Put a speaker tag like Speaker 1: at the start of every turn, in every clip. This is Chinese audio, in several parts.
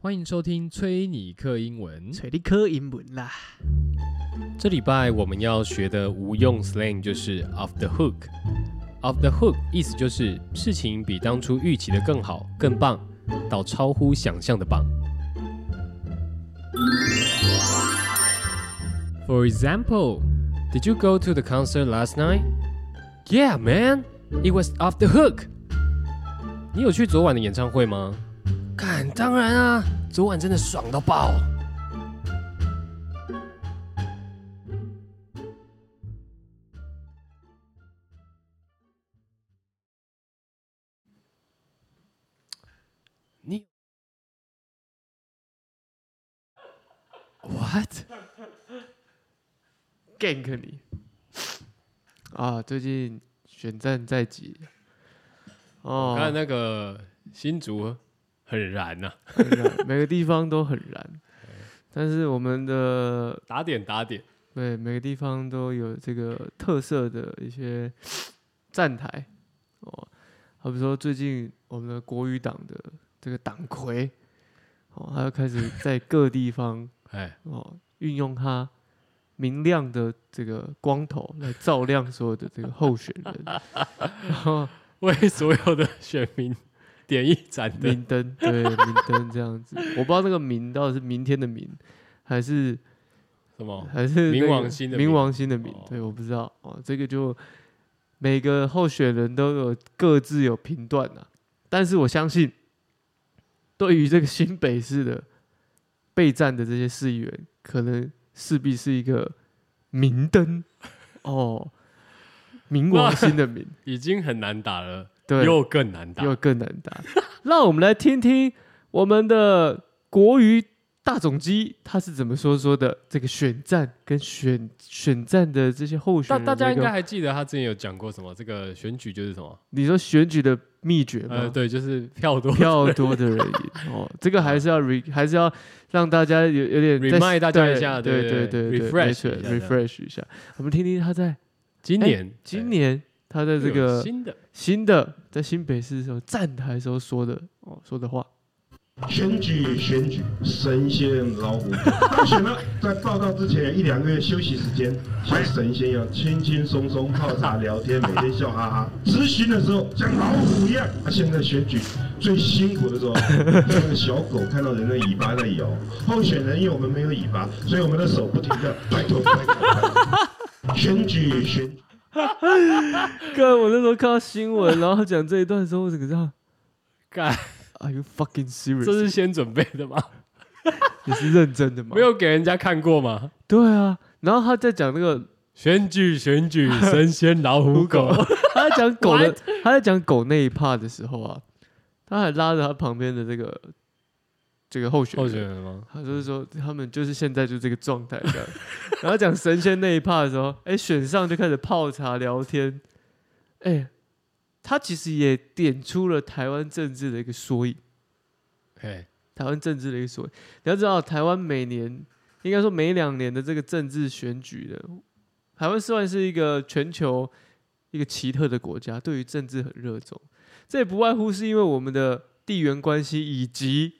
Speaker 1: 欢迎收听崔尼克英文。
Speaker 2: 找你考英文啦。
Speaker 1: 这礼拜我们要学的无用 slang 就是 off the hook。off the hook 意思就是事情比当初预期的更好、更棒，到超乎想象的棒。For example, did you go to the concert last night? Yeah, man, it was off the hook. 你有去昨晚的演唱会吗？看，当然啊，昨晚真的爽到爆。你
Speaker 2: What? Gank 你啊！最近选战在即哦，
Speaker 1: 看那个新竹很燃啊呐、
Speaker 2: 很燃每个地方都很燃，但是我们的
Speaker 1: 打点打点，
Speaker 2: 对每个地方都有这个特色的一些站台哦，好比说最近我们的国语党的这个党魁哦，他又开始在各地方
Speaker 1: 哎，
Speaker 2: 哦，运用它明亮的这个光头来照亮所有的这个候选人，然后
Speaker 1: 为所有的选民点一盏灯。
Speaker 2: 明灯，对，明灯这样子。我不知道那个明到底是明天的明，还是
Speaker 1: 什么？
Speaker 2: 还是
Speaker 1: 哦冥
Speaker 2: 那个
Speaker 1: 王星的
Speaker 2: 冥
Speaker 1: 冥
Speaker 2: 王星的冥
Speaker 1: 哦，
Speaker 2: 对，我不知道哦。这个就每个候选人都有各自有评断呐，但是我相信，对于这个新北市的备战的这些市议员，可能势必是一个明灯哦，冥王 星的冥，
Speaker 1: 已经很难打了，
Speaker 2: 对，
Speaker 1: 又更难打。
Speaker 2: 又更难 打。让我们来听听我们的国语大总机他是怎么说说的。这个选战跟选选战的这些候选
Speaker 1: 大
Speaker 2: 人，
Speaker 1: 大家应该，还记得他之前有讲过什么？这个选举就是什么？
Speaker 2: 你说选举的秘诀吗？
Speaker 1: 呃，对，就是票多。
Speaker 2: 票多的人 赢哦，这个还是要 re 还是要让大家有有点再
Speaker 1: Remind 大家一下
Speaker 2: 对
Speaker 1: 对
Speaker 2: 对
Speaker 1: 对
Speaker 2: 对
Speaker 1: refresh
Speaker 2: 没错
Speaker 1: 一下这样
Speaker 2: refresh 一下。我们听听他在
Speaker 1: 今年，
Speaker 2: 哎今年他在
Speaker 1: 对
Speaker 2: 这
Speaker 1: 又有
Speaker 2: 个
Speaker 1: 新的
Speaker 2: 新的在新北市的时候站台的时候说的哦说的话。
Speaker 3: 选举选举，神仙老 虎。候选人在报告之前一两个月休息时间，像神仙一样轻轻松松泡茶聊天，每天笑哈 哈。执行的时候像老虎一样。啊、现在选举最辛苦的时候，像个小狗看到人的尾巴在摇。候选人因为我们没有尾巴，所以我们的手不停的拜托拜托。拜 托选举选举。
Speaker 2: 看我那时候看到 新闻，然后他讲这一段的时候，我整个这样
Speaker 1: 干，
Speaker 2: ，Are you
Speaker 1: 这
Speaker 2: fucking serious？
Speaker 1: 是先准备的 吗？
Speaker 2: 你是认真的吗？
Speaker 1: 没，有给人家看过吗？
Speaker 2: 对啊。然后他在讲那个，
Speaker 1: 选举选举，神仙老虎狗。
Speaker 2: 他在讲狗的，他在讲狗那一 part 的时候啊，他还拉着他旁边的这个这个候选
Speaker 1: 候
Speaker 2: 人，
Speaker 1: 选人吗？
Speaker 2: 他就是说他们就是现在就这个状态这样。 然后讲神仙那一 part 的时候，哎、选上就开始泡茶聊天，哎、他其实也点出了台湾政治的一个缩影。
Speaker 1: 哎，
Speaker 2: 台湾政治的一个所谓。你要知道，台湾每年应该说每两年的这个政治选举的，台湾虽然是一个全球一个奇特的国家，对于政治很热衷，这也不外乎是因为我们的地缘关系以及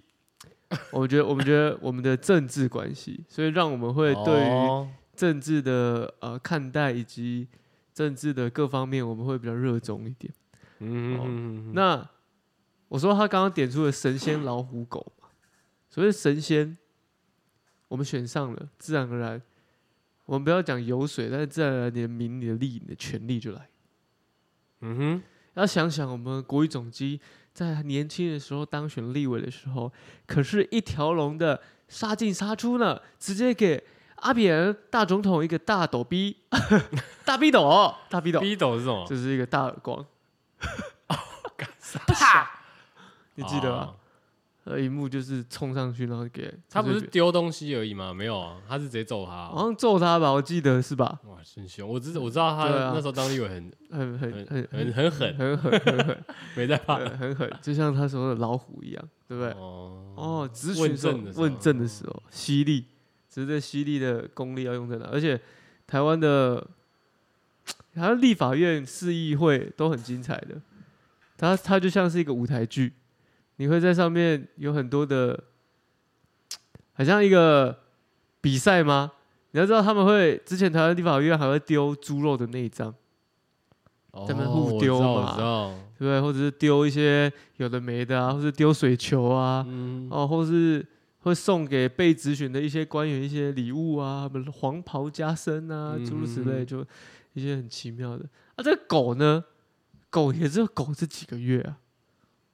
Speaker 2: 我觉得我们觉得我们的政治关系，所以让我们会对于
Speaker 1: 哦
Speaker 2: 政治的呃看待以及政治的各方面，我们会比较热衷一点。
Speaker 1: 嗯
Speaker 2: 哦
Speaker 1: 嗯，嗯
Speaker 2: 那我说他刚刚点出了神仙老虎狗嘛，所谓神仙，我们选上了，自然而然，我们不要讲油水，但是自然而然你的名、你的利、你的权利就来。
Speaker 1: 嗯哼，
Speaker 2: 要想想我们国语总机在年轻的时候当选立委的时候，可是一条龙的杀进杀出呢，直接给阿扁大总统一个大抖逼， 大逼斗，哦大逼斗，
Speaker 1: 逼斗是什么？
Speaker 2: 这是一个大耳光，你记得吗
Speaker 1: 哦？？
Speaker 2: 呃，一幕就是冲上去，然后给
Speaker 1: 他不是
Speaker 2: 陈水扁
Speaker 1: 丢东西而已吗？没有啊，他是直接揍他啊。
Speaker 2: 好像揍他吧？我记得是吧？
Speaker 1: 哇，真凶！我知我知道他
Speaker 2: 对啊
Speaker 1: 那时候当立委很
Speaker 2: 很很
Speaker 1: 很
Speaker 2: 很
Speaker 1: 很很狠，
Speaker 2: 很狠，很狠，
Speaker 1: 没在怕。
Speaker 2: 很很狠，就像他说的老虎一样，对不对？
Speaker 1: 哦，
Speaker 2: 哦，咨询
Speaker 1: 问
Speaker 2: 时候
Speaker 1: 政的时候
Speaker 2: 问政的时候犀利，只是这犀利的功力要用在哪？而且台湾的台湾立法院、市议会都很精彩的，它它就像是一个舞台剧，你会在上面有很多的很像一个比赛吗？你要知道他们会之前台湾立法院还会丢猪肉的内脏，
Speaker 1: 哦
Speaker 2: 他们互丢嘛
Speaker 1: 我知道，我知道。
Speaker 2: 对不对？或者是丢一些有的没的啊，或是丢水球啊，
Speaker 1: 嗯，
Speaker 2: 哦，或是会送给被质询的一些官员一些礼物啊，什么黄袍加身啊，诸如此
Speaker 1: 嗯嗯
Speaker 2: 类，
Speaker 1: 嗯
Speaker 2: 就一些很奇妙的。啊，这个狗呢，狗也只有狗这几个月啊。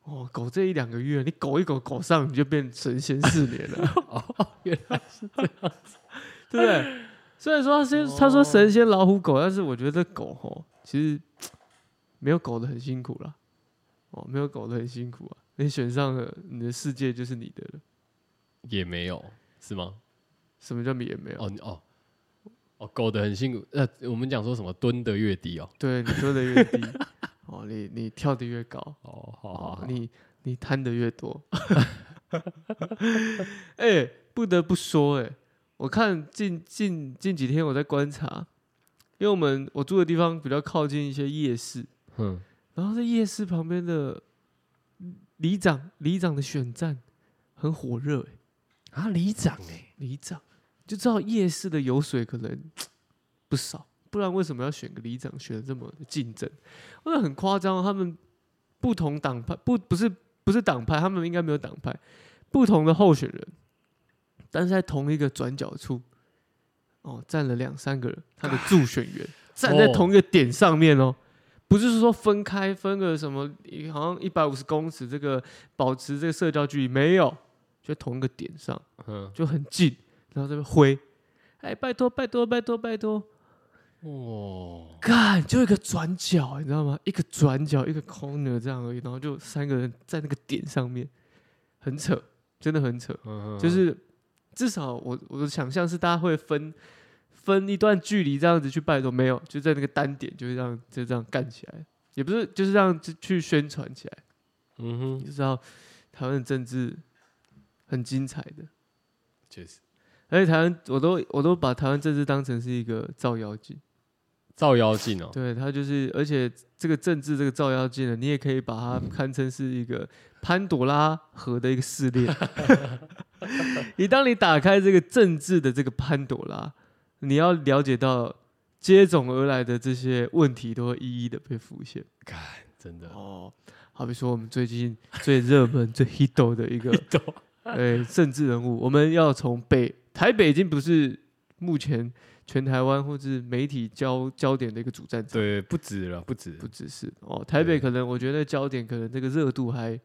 Speaker 2: 哦，狗这一两个月，你狗一狗狗上，你就变神仙四年了，
Speaker 1: 哦原来
Speaker 2: 对不对？虽然说他
Speaker 1: 哦
Speaker 2: 是他说神仙老虎狗，但是我觉得这狗吼，其实没有狗的很辛苦啦。哦，没有狗的很辛苦啊，你选上了，你的世界就是你的了。
Speaker 1: 也没有是吗？
Speaker 2: 什么叫也没有？
Speaker 1: 哦你哦哦，狗的很辛苦。呃，我们讲说什么蹲的越低哦。
Speaker 2: 对你蹲的越低， 哦，你你跳的越高，
Speaker 1: 哦，好好
Speaker 2: 哦
Speaker 1: 好，，
Speaker 2: 你你贪的越多。 哎、不得不说、哎，我看近近近几天我在观察，因为我们我住的地方比较靠近一些夜市，
Speaker 1: 嗯，
Speaker 2: 然后在夜市旁边的里长里长的选战很火热、哎，
Speaker 1: 啊，里长哎，
Speaker 2: 里长就知道夜市的油水可能不少，不然为什么要选个里长选的这么竞争？我觉得很夸张，他们不同党派不不是不是党派，他们应该没有党派，不同的候选人，但是在同一个转角处，哦，站了两三个人，他的助选员站在
Speaker 1: 哦
Speaker 2: 同一个点上面哦。不是说分开分个什么，好像一百五十公尺，这个保持这个社交距离没有，就同一个点上。
Speaker 1: 嗯，
Speaker 2: 就很近，然后这边挥，哎，拜托拜托拜托拜托，
Speaker 1: 哦，
Speaker 2: 干，就一个转角，你知道吗？一个转角，一个 corner 这样而已，然后就三个人在那个点上面，很扯，真的很扯。
Speaker 1: 嗯
Speaker 2: 就是至少我我的想象是大家会分分一段距离这样子去拜托，没有，就在那个单点就是这样就这样干起来，也不是就是这样就去宣传起来。
Speaker 1: 嗯
Speaker 2: 你
Speaker 1: 哼，
Speaker 2: 就知道台湾的政治很精彩的。
Speaker 1: 确实
Speaker 2: 而且台湾，我都我都把台湾政治当成是一个照妖镜，
Speaker 1: 照妖镜哦，
Speaker 2: 对它就是，而且这个政治这个照妖镜呢，你也可以把它堪称是一个潘朵拉盒的一个试炼。你当你打开这个政治的这个潘朵拉，你要了解到接踵而来的这些问题都会一一的被浮现。
Speaker 1: 真的
Speaker 2: 哦，好比说我们最近最热门、最 hit 的一个
Speaker 1: hit
Speaker 2: 呃政治人物，我们要从北台北已经不是目前全台湾或是媒体焦焦点的一个主战场，
Speaker 1: 对，不止了，不止
Speaker 2: 不只是哦，台北
Speaker 1: 对
Speaker 2: 可能我觉得焦点可能这个热度还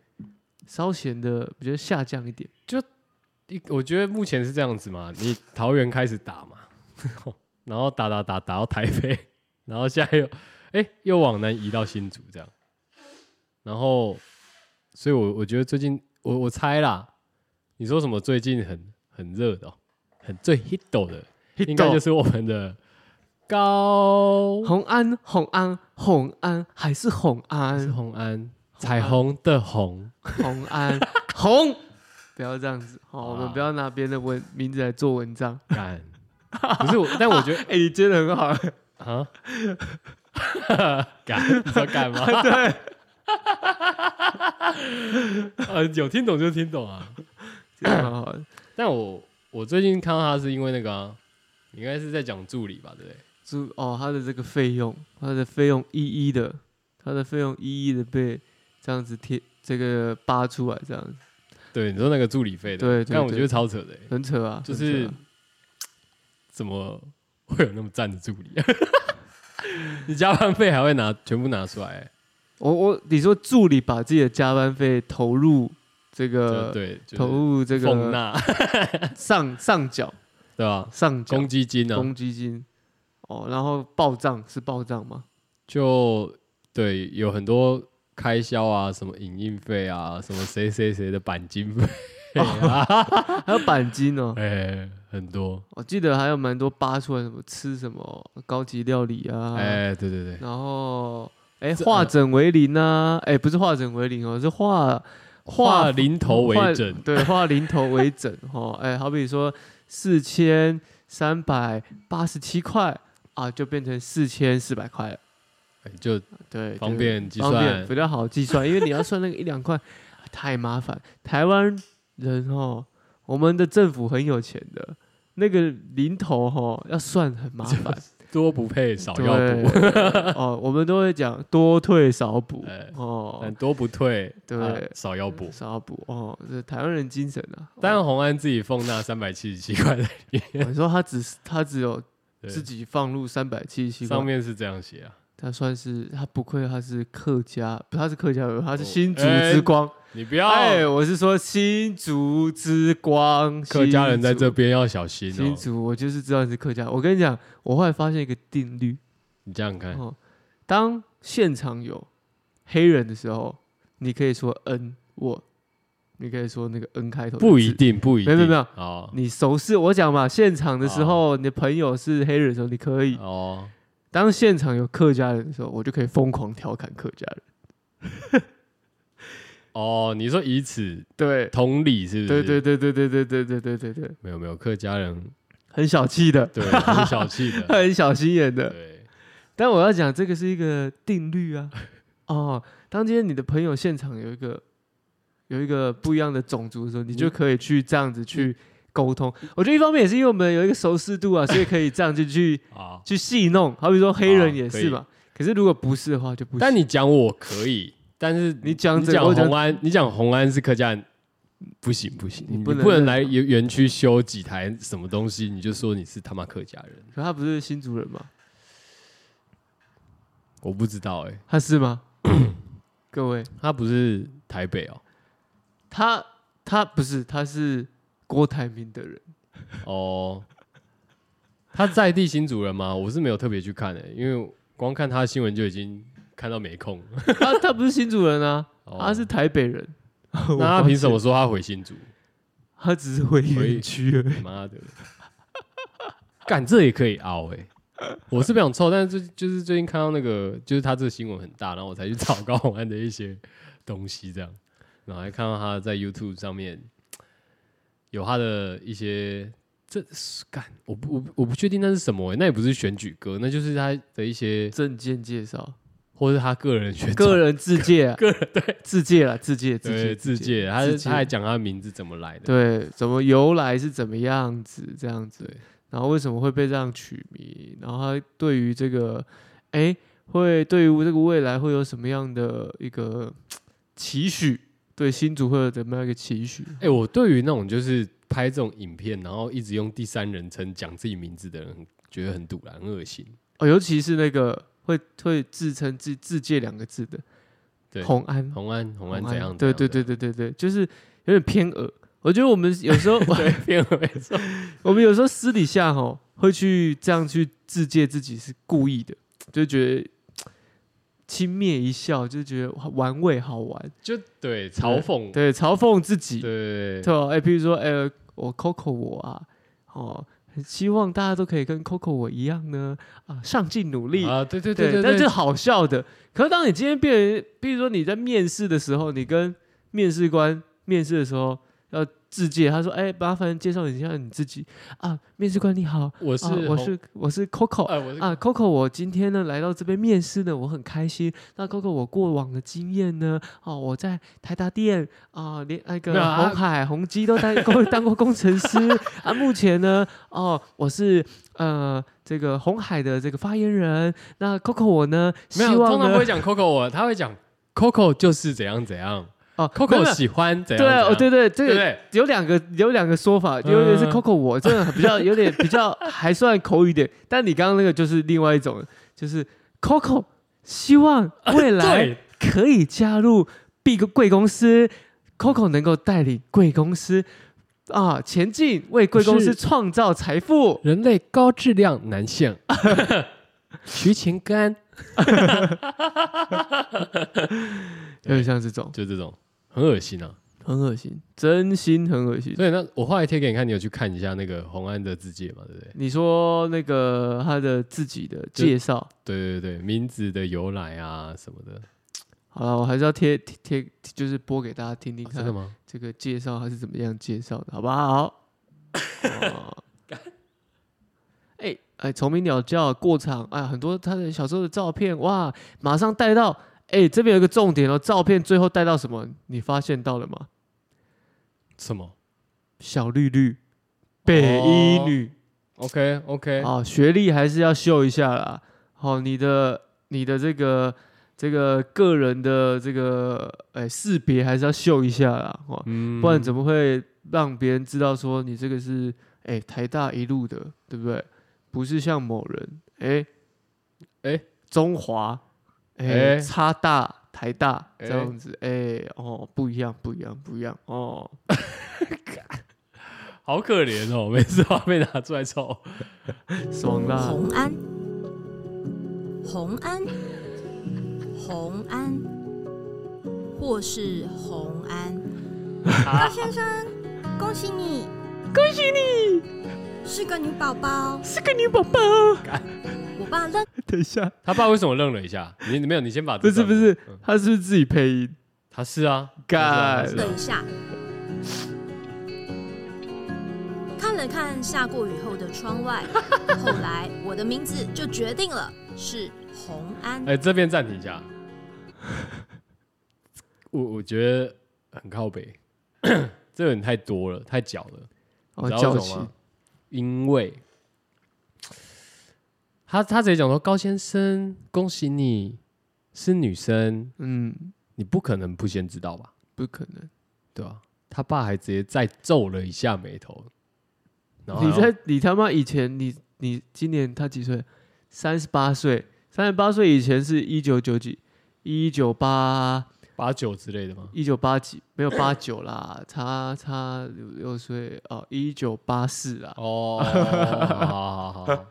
Speaker 2: 稍显的比较下降一点，
Speaker 1: 一，我觉得目前是这样子嘛，你桃园开始打嘛，然后打打打打到台北，然后现在又哎、又往南移到新竹这样，然后，所以我我觉得最近我我猜啦，你说什么最近很很热的、哦，很最 hit 的，应该就是我们的高
Speaker 2: 哦红安红安红安还是红
Speaker 1: 是
Speaker 2: 安
Speaker 1: 红安彩虹的红，
Speaker 2: 红安红， 不要这样子，好，我们
Speaker 1: 啊
Speaker 2: 不要拿别人的文名字来做文章，
Speaker 1: 干， 不是我，但我觉得
Speaker 2: 哎、你接的很好。
Speaker 1: 啊，敢你知道敢吗？ 对， 呃，有听懂就听懂啊。
Speaker 2: 真的蛮好的。
Speaker 1: 但我我最近看到他是因为那个、啊，你应该是在讲助理吧，对不对？
Speaker 2: 就哦，他的这个费用，他的费用一一的，他的费用一一的被这样子贴这个扒出来，这样子
Speaker 1: 对，你说那个助理费的，
Speaker 2: 对对
Speaker 1: 但我
Speaker 2: 对
Speaker 1: 觉得超扯的欸、
Speaker 2: 很扯啊，
Speaker 1: 就
Speaker 2: 很扯
Speaker 1: 是
Speaker 2: 啊
Speaker 1: 怎么会有那么赞的助理、 啊？你加班费还会拿全部拿出来欸、
Speaker 2: 我我你说助理把自己的加班费投入这
Speaker 1: 就
Speaker 2: 个
Speaker 1: 对，就是
Speaker 2: 呃投入这
Speaker 1: 奉
Speaker 2: 个
Speaker 1: 纳，
Speaker 2: 上上缴
Speaker 1: 对吧？
Speaker 2: 上缴
Speaker 1: 公积金啊，
Speaker 2: 公积金哦，然后报账是报账吗？
Speaker 1: 就对，有很多开销啊，什么影印费啊，什么谁谁谁的钣金费啊，
Speaker 2: 还有钣金哦，
Speaker 1: 哎，很多，
Speaker 2: 我记得还有蛮多扒出来什么吃什么高级料理啊，
Speaker 1: 哎，对对对，
Speaker 2: 然后，哎，
Speaker 1: 这
Speaker 2: 化整为零啊，哎，不是化整为零哦，是化
Speaker 1: 化零头为整
Speaker 2: 化对，化零头为整哦，哎，好比说四千三百八十七块啊，就变成四千四百块了，
Speaker 1: 哎就
Speaker 2: 对，
Speaker 1: 方
Speaker 2: 就
Speaker 1: 便计
Speaker 2: 方便
Speaker 1: 算
Speaker 2: 比，较好计算，因为你要算那个一两块太麻烦，台湾人哦，我们的政府很有钱的，那个零头哈要算很麻烦，
Speaker 1: 多不配少要补，
Speaker 2: 对哦，我们都会讲多退少补
Speaker 1: 哎
Speaker 2: 哦
Speaker 1: 但，多不退，
Speaker 2: 对
Speaker 1: 啊少要补。
Speaker 2: 少补哦，这台湾人精神啊。
Speaker 1: 当然，洪安自己奉纳三百七十七 块在里面，
Speaker 2: 我说他只是他只有
Speaker 1: 对
Speaker 2: 自己放入三百七十七
Speaker 1: 上面是这样写啊。
Speaker 2: 他算是他不愧他是客家，不他是客家人，他是
Speaker 1: 哦
Speaker 2: 新竹
Speaker 1: 哎
Speaker 2: 之光。
Speaker 1: 你不要，
Speaker 2: 哎、我是说新竹之光，
Speaker 1: 客家人在
Speaker 2: 新竹
Speaker 1: 这边要小心
Speaker 2: 新
Speaker 1: 哦。
Speaker 2: 竹，我就是知道你是客家。我跟你讲，我后来发现一个定律
Speaker 1: 你这样看，
Speaker 2: 哦，当现场有黑人的时候，你可以说嗯我，你可以说那个 N 开头的字，
Speaker 1: 不一定，不一定，
Speaker 2: 没有没有
Speaker 1: 哦
Speaker 2: 你手势，我讲嘛，现场的时候，你的朋友是黑人的时候，你可以；
Speaker 1: 哦，
Speaker 2: 当现场有客家人的时候，我就可以疯狂调侃客家人。
Speaker 1: 哦，你说以此
Speaker 2: 对，
Speaker 1: 同理是不
Speaker 2: 对
Speaker 1: 是？
Speaker 2: 对，对对对对对对对对对，
Speaker 1: 没有没有，客家人
Speaker 2: 很小气的，
Speaker 1: 对很小气 的，
Speaker 2: 很小心眼的。
Speaker 1: 对，
Speaker 2: 但我要讲，这个是一个定 律啊。哦，当今天你的朋友现场有一个有一个不一样的种族的时候，你就可以去这样子
Speaker 1: 嗯
Speaker 2: 去沟通。我觉得一方面也是因为我们有一个熟识度 啊，所以可以这样子去
Speaker 1: 啊。
Speaker 2: 去戏弄。好比说黑人也是
Speaker 1: 啊
Speaker 2: 嘛，可是如果不是的话就不行。
Speaker 1: 但你讲我可以，但是
Speaker 2: 你讲
Speaker 1: 你
Speaker 2: 这个
Speaker 1: 讲
Speaker 2: 我讲
Speaker 1: 红安，你讲红安是客家人，不行不行，
Speaker 2: 你
Speaker 1: 你
Speaker 2: 不能
Speaker 1: 不能来园园区修几台什么东西，你就说你是他妈客家人，
Speaker 2: 可他不是新族人吗？
Speaker 1: 我不知道哎、
Speaker 2: 他 是吗？各位，
Speaker 1: 他不是台北哦、
Speaker 2: 他他不是，他是郭台铭的人。
Speaker 1: 哦，他在地新主人吗？我是没有特别去看诶、因为光看他的新闻就已经看到没空了。
Speaker 2: 他他不是新主人啊，
Speaker 1: 哦
Speaker 2: 他是台北人。
Speaker 1: 那他凭什么说他回新竹？
Speaker 2: 他只是回
Speaker 1: 回
Speaker 2: 园区而 已。
Speaker 1: 妈的，干这也可以凹哎、我是不想凑，但是最就是最近看到那个，就是他这个新闻很大，然后我才去找高洪安的一些东西，这样，然后还看到他在 YouTube 上面有他的一些，这是干我不我不我不确定那是什么、欸，那也不是选举歌，那就是他的一些，
Speaker 2: 证件介绍，
Speaker 1: 或是他个人的宣传
Speaker 2: 个人自介 啊，个人对自介啦，自介，自介，
Speaker 1: 对自介，他
Speaker 2: 自
Speaker 1: 他还讲他的名字怎么来的，
Speaker 2: 对怎么由来是怎么样子这样子
Speaker 1: 对，
Speaker 2: 然后为什么会被这样取名，然后他对于这个，哎，会对于这个未来会有什么样的一个嘖期许？对新竹会有怎么样一个期许？
Speaker 1: 哎、我对于那种就是拍这种影片，然后一直用第三人称讲自己名字的人，觉得很堵然、很恶心。
Speaker 2: 哦，尤其是那个会会自称自自介两个字的
Speaker 1: 对，
Speaker 2: 红安，
Speaker 1: 红安，红安
Speaker 2: 红
Speaker 1: 怎样？
Speaker 2: 对对对对对对，就是有点偏恶。我觉得我们有时候，
Speaker 1: 对，偏恶没错。
Speaker 2: 我们有时候私底下吼会去这样去自戒自己是故意的，就觉得轻蔑一笑，就觉得玩味好玩，
Speaker 1: 就对嘲讽，
Speaker 2: 对，嘲讽自己，对
Speaker 1: 对对
Speaker 2: 吧？哎，譬如说，哎，我 Coco 我啊，哦，很希望大家都可以跟 Coco 我一样呢，啊，上进努力，
Speaker 1: 啊，对对
Speaker 2: 对
Speaker 1: 对
Speaker 2: 但
Speaker 1: 对，
Speaker 2: 是好笑的。可是当你今天变成，比如说你在面试的时候，你跟面试官面试的时候要自介，他说：“哎、麻烦介绍一下你自己啊。”面试官你好，
Speaker 1: 我是
Speaker 2: 啊、我是我是 Coco。
Speaker 1: 哎，我是
Speaker 2: 啊，Coco，我今天呢来到这边面试呢，我很开心。那 Coco，我过往的经验呢，哦，我在台达电啊，连那个
Speaker 1: 没有啊
Speaker 2: 红海、宏基都当过当过工程师啊。目前呢，哦，我是呃这个红海的这个发言人。那 Coco 我呢，希
Speaker 1: 没有，
Speaker 2: 望
Speaker 1: 通常不
Speaker 2: 呢
Speaker 1: 会，讲 Coco，我他会讲 Coco 就是怎样怎样
Speaker 2: 哦没有没
Speaker 1: ，Coco
Speaker 2: 有
Speaker 1: 喜欢怎样
Speaker 2: 对
Speaker 1: 怎样，
Speaker 2: 哦，对对，这
Speaker 1: 对不
Speaker 2: 个
Speaker 1: 对
Speaker 2: 有两个有两个说法，有一个是
Speaker 1: 嗯
Speaker 2: Coco 我，真的比 较有点比较还算口语一点，但你刚刚那个就是另外一种，就是 Coco 希望未 来
Speaker 1: 对，
Speaker 2: 可以加入 B 贵公司，Coco 能够带领贵公司啊前进，为贵公司
Speaker 1: 是
Speaker 2: 创造财富。
Speaker 1: 人类高质量男 性， 徐勤干，
Speaker 2: 有点像这种，
Speaker 1: 就这种很恶心啊。
Speaker 2: 很恶心，真心很恶心。
Speaker 1: 所以那我后来贴给你看，你有去看一下那个红安的字界嘛，对不对？
Speaker 2: 你说那个他的自己的介绍，
Speaker 1: 对对对，名字的由来啊什么的，
Speaker 2: 好了，我还是要贴贴贴，就是播给大家听听
Speaker 1: 啊真的
Speaker 2: 看，
Speaker 1: 吗？
Speaker 2: 这个介绍他是怎么样介绍的，好不好？哦哎哎，虫鸣鸟叫过场，哎，很多他的小时候的照片，哇，马上带到，哎，这边有一个重点哦，照片最后带到什么？你发现到了吗？
Speaker 1: 什么？
Speaker 2: 小绿绿、北一女。
Speaker 1: OK 哦 OK，
Speaker 2: 啊，学历还是要秀一下啦。好、你的你的这个这个个人的这个哎识别还是要秀一下啦。哦，
Speaker 1: 嗯
Speaker 2: 不然怎么会让别人知道说你这个是哎台大一路的，对不对？不是像某人哎
Speaker 1: 哎
Speaker 2: 中华
Speaker 1: 哎
Speaker 2: 哎差大台大
Speaker 1: 哎
Speaker 2: 这样子哎哦不一样不一样不一样哦，
Speaker 1: 好可怜哦？每次都要被拿出来抽。
Speaker 2: 爽啦！
Speaker 4: 红安，红安，红安，或是红安。高先生，恭喜你，
Speaker 2: 恭喜你
Speaker 4: 是个女宝宝。
Speaker 2: 是个女宝宝。
Speaker 4: 我爸认
Speaker 2: 等一下，
Speaker 1: 他爸为什么愣了一下？你没有，你先把
Speaker 2: 不是不，是
Speaker 1: 嗯，
Speaker 2: 他是不是自己配音？
Speaker 1: 他是啊，
Speaker 2: 干
Speaker 1: 他是啊
Speaker 4: 了一下，看了看下过雨后的窗外。后来我的名字就决定了是红安。
Speaker 1: 哎，这边暂停一 下。我我觉得很靠北， 这有点太多了，太矫了。你
Speaker 2: 哦，
Speaker 1: 知道
Speaker 2: 叫
Speaker 1: 为什
Speaker 2: 醒
Speaker 1: 么吗？因为他他直接讲说：“高先生，恭喜你是女生，
Speaker 2: 嗯，
Speaker 1: 你不可能不先知道吧？
Speaker 2: 不可能。
Speaker 1: 对吧、他爸还直接再皱了一下眉头，然后
Speaker 2: 你
Speaker 1: 还要
Speaker 2: 在你他妈以前，你你今年他几岁？三十八岁，三十八岁以前是一九九几，一九八
Speaker 1: 八九之类的吗？
Speaker 2: 一九八几，没有八九啦，差差六六岁哦，一九八四啦。
Speaker 1: 哦， 好好好好，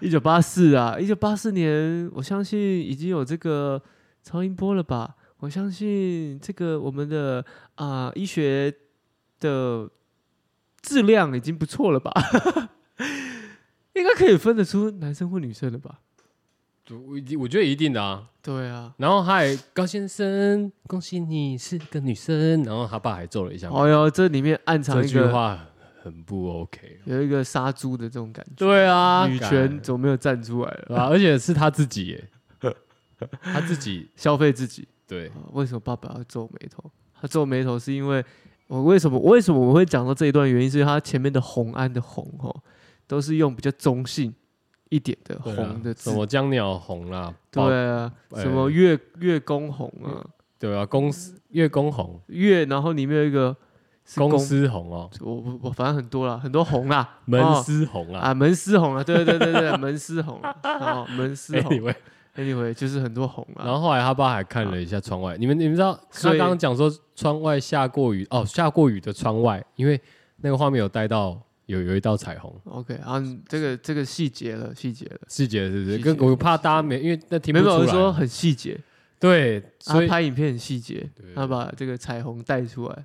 Speaker 2: 一九八四啊，一九八四年，我相信已经有这个超音波了吧？我相信这个我们的啊、医学的质量已经不错了吧？ 应该可以分得出男生或女生了吧？
Speaker 1: 我一定我觉得一定的啊。
Speaker 2: 对啊，
Speaker 1: 然后他还高先生，恭喜你是个女生。然后他爸还皱了一下眉，
Speaker 2: 哦哟，这里面暗藏
Speaker 1: 这
Speaker 2: 一
Speaker 1: 句
Speaker 2: 个
Speaker 1: 话很不 OK。
Speaker 2: 有一个杀猪的这种感觉，
Speaker 1: 对啊，
Speaker 2: 女权总没有站出来了，
Speaker 1: 对吧、而且是他自己耶，他自己
Speaker 2: 消费自己。
Speaker 1: 对
Speaker 2: 啊为什么爸爸要皱眉头？他皱眉头是因为我为什么为什么我会讲到这一段原因，是因为他前面的红安的红哦，都是用比较中性一点的
Speaker 1: 对啊
Speaker 2: 红的字
Speaker 1: 什，么江鸟红啦，宝
Speaker 2: 对啊，
Speaker 1: 哎
Speaker 2: 什么月月公红啊，
Speaker 1: 对啊，公司月公红，
Speaker 2: 月，然后里面有一个是
Speaker 1: 公司红哦，
Speaker 2: 我我我反正很多啦，很多红啦，
Speaker 1: 门
Speaker 2: 哦
Speaker 1: 司红啊。
Speaker 2: 啊门丝红啊，对对对对，门丝红啊，哦门丝红
Speaker 1: Anyway，
Speaker 2: ，anyway 就是很多红
Speaker 1: 然
Speaker 2: 啊，
Speaker 1: 后后来他爸还看了一下窗外，你们你们知道他
Speaker 2: 所以
Speaker 1: 刚刚讲说窗外下过雨哦，下过雨的窗外，因为那个画面有带到有有一道彩虹
Speaker 2: OK 啊，这个这个细节了，细节了，
Speaker 1: 细节，是不是？
Speaker 2: 细
Speaker 1: 跟
Speaker 2: 节
Speaker 1: 我怕大家没因为那听
Speaker 2: 没
Speaker 1: 不出
Speaker 2: 有我是说
Speaker 1: 来，啊
Speaker 2: 很细节，
Speaker 1: 对，
Speaker 2: 他
Speaker 1: 所以
Speaker 2: 拍影片很细节
Speaker 1: 对对，
Speaker 2: 他把这个彩虹带出来，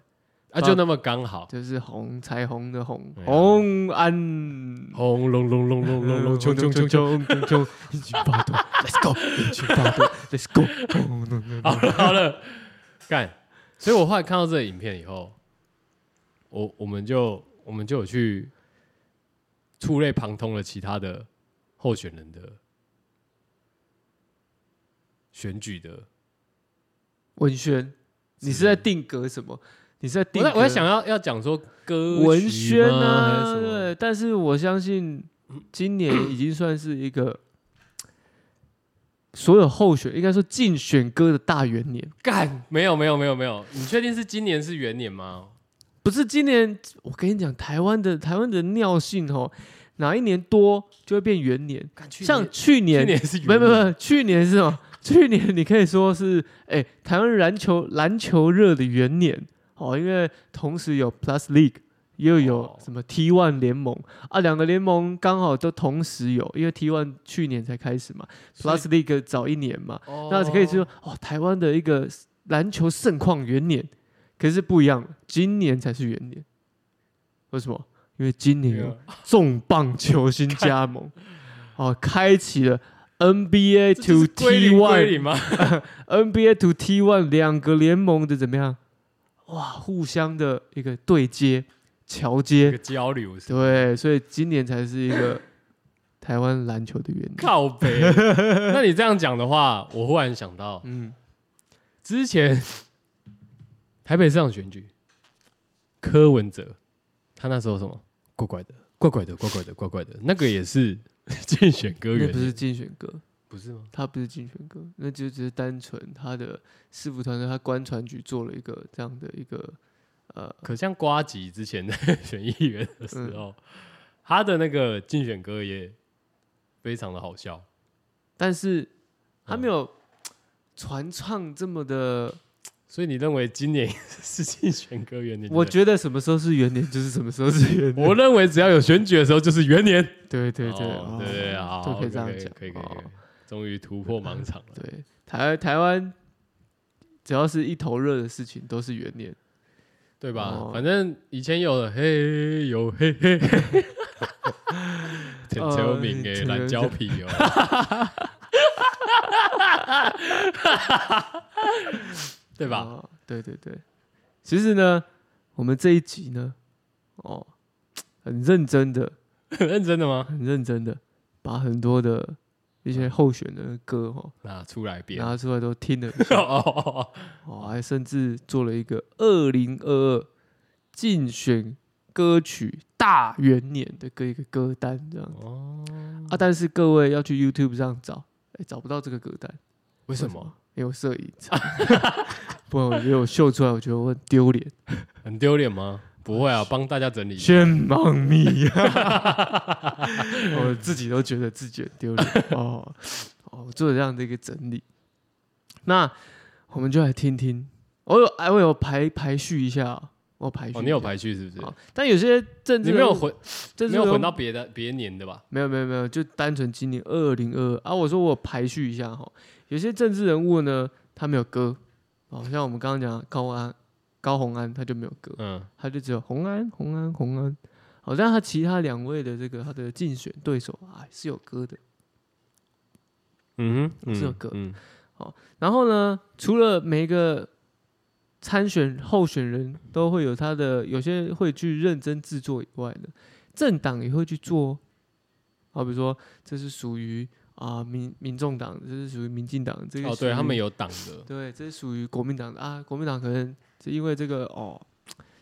Speaker 1: 啊就那么刚好，
Speaker 2: 就是红彩虹的红
Speaker 1: 对啊
Speaker 2: 红安
Speaker 1: 轰隆隆隆隆隆 隆，冲冲冲冲，
Speaker 2: 冲冲冲，引擎巴顿，Let's go，引擎巴顿，Let's go，轰隆隆
Speaker 1: 好了好了，干。所以我后来看到这个影片以后，我我们就我们就有去触类旁通了其他的候选人的选举的。
Speaker 2: 文轩，你是在定格什么？你是在定
Speaker 1: 我在
Speaker 2: 格？
Speaker 1: 我在想要要讲说歌
Speaker 2: 文轩
Speaker 1: 啊，还
Speaker 2: 啊，
Speaker 1: 是什么
Speaker 2: 对，但是我相信今年已经算是一个所有候选，应该说竞选歌的大元年。
Speaker 1: 干没有没有没有没有，你确定是今年是元年吗？
Speaker 2: 不是今年，我跟你讲，台湾的台湾的尿性哦，哪一年多就会变元年。
Speaker 1: 干去
Speaker 2: 像
Speaker 1: 年
Speaker 2: 去
Speaker 1: 去
Speaker 2: 年，
Speaker 1: 年是元
Speaker 2: 没
Speaker 1: 年
Speaker 2: 有没有没有，去年是什么？去年你可以说是哎、台湾篮球篮球热的元年哦，因为同时有 Plus League，又有
Speaker 1: 哦
Speaker 2: 什么 T One 联盟啊，两个联盟刚好都同时有，因为 T One 去年才开始嘛
Speaker 1: 所以
Speaker 2: ，Plus League 早一年嘛，
Speaker 1: 哦
Speaker 2: 那可以说哦，台湾的一个篮球盛况元年，可是不一样，今年才是元年。为什么？因为今年有
Speaker 1: 啊
Speaker 2: 重磅球星加 盟，哦，开启了 NBA
Speaker 1: 这就
Speaker 2: to
Speaker 1: 是
Speaker 2: T
Speaker 1: 归零归
Speaker 2: One
Speaker 1: 零吗？
Speaker 2: NBA to T One 两个联盟的怎么样？哇，互相的一个对接、桥
Speaker 1: 这
Speaker 2: 接
Speaker 1: 个，交流是
Speaker 2: 对，所以今年才是一个台湾篮球的元 年。
Speaker 1: 靠北。那你这样讲的话，我忽然想到，
Speaker 2: 嗯，
Speaker 1: 之前 台北市长选举，柯文哲，他那时候什么怪怪的，怪怪的，怪怪的，怪怪的，那个也是 竞选歌
Speaker 2: 那
Speaker 1: 员，
Speaker 2: 不是竞选歌，
Speaker 1: 不是吗？
Speaker 2: 他不是竞选歌，那就只是单纯他的市府团队，他官船局做了一个这样的一个呃，
Speaker 1: 可像瓜吉之前在 选议员的时
Speaker 2: 嗯
Speaker 1: 候，他的那个竞选歌也非常的好笑，
Speaker 2: 但是他
Speaker 1: 嗯
Speaker 2: 没有传唱这么的。
Speaker 1: 所以你认为今年是竞选歌员年？
Speaker 2: 我觉得什么时候是元年，就是什么时候是元
Speaker 1: 我
Speaker 2: 年。
Speaker 1: 认为只要有选举的时候就是元年，
Speaker 2: 对对对，
Speaker 1: 哦
Speaker 2: 哦
Speaker 1: 对对啊，
Speaker 2: 就可以
Speaker 1: OK，
Speaker 2: 这样
Speaker 1: 可以
Speaker 2: 讲。
Speaker 1: 可以可以，可以
Speaker 2: 哦
Speaker 1: 终于突破盲场了。
Speaker 2: 对，台台湾只要是一头热的事情，都是元年。
Speaker 1: 对吧？
Speaker 2: 哦
Speaker 1: 反正以前有的嘿有嘿嘿，嘿陈秋明诶，
Speaker 2: 呃
Speaker 1: 蓝胶皮哦，对吧？
Speaker 2: 哦对对对，其实呢，我们这一集呢，哦，很认真的，
Speaker 1: 很认真的吗？
Speaker 2: 很认真的，把很多的一
Speaker 1: 嗯
Speaker 2: 些候选人的歌哦
Speaker 1: 拿出来编
Speaker 2: 拿出来都听了一下，
Speaker 1: 哦，
Speaker 2: 哦， 还甚至做了一个二零二二竞选歌曲大元年的歌一个歌单这样
Speaker 1: 哦
Speaker 2: 子啊，但是各位要去 YouTube 上找，哎，找不到这个歌单。
Speaker 1: 为
Speaker 2: 为
Speaker 1: 什么？？
Speaker 2: 因为我摄影场， 不然我觉得我秀出来，我觉得我很丢脸，
Speaker 1: 很丢脸吗？不会啊，帮大家整理。
Speaker 2: 炫望 你、我自己都觉得自己很丢脸哦。哦，我做了这样的一个整理，那我们就来听听。我有哎，我有排排序一下、哦，我有排序、
Speaker 1: 哦，你有排序是不是
Speaker 2: 哦？，但有些政治
Speaker 1: 你没有
Speaker 2: 人物，
Speaker 1: 混，
Speaker 2: 政治
Speaker 1: 没有
Speaker 2: 人
Speaker 1: 混
Speaker 2: 物
Speaker 1: 到别的别年的吧？
Speaker 2: 没有没有没有，就单纯今年二零二啊，我说我排序一下哈，有些政治人物呢，他没有歌，好、像我们刚刚讲的高安、高红安，他就没有歌，
Speaker 1: 嗯，
Speaker 2: 他就只有红安、红安、红安。好、像他其他两位的这个他的竞选对手啊是有歌的。
Speaker 1: 嗯哼，
Speaker 2: 这首歌
Speaker 1: 嗯，
Speaker 2: 然后呢，除了每一个参选候选人都会有他的，有些会去认真制作以外呢，政党也会去做哦。好，比如说这是属于啊、民民众党，这是属于民进党，这个
Speaker 1: 哦，
Speaker 2: 属于
Speaker 1: 对他们有党的，
Speaker 2: 对，这是属于国民党的啊，国民党可能是因为这个哦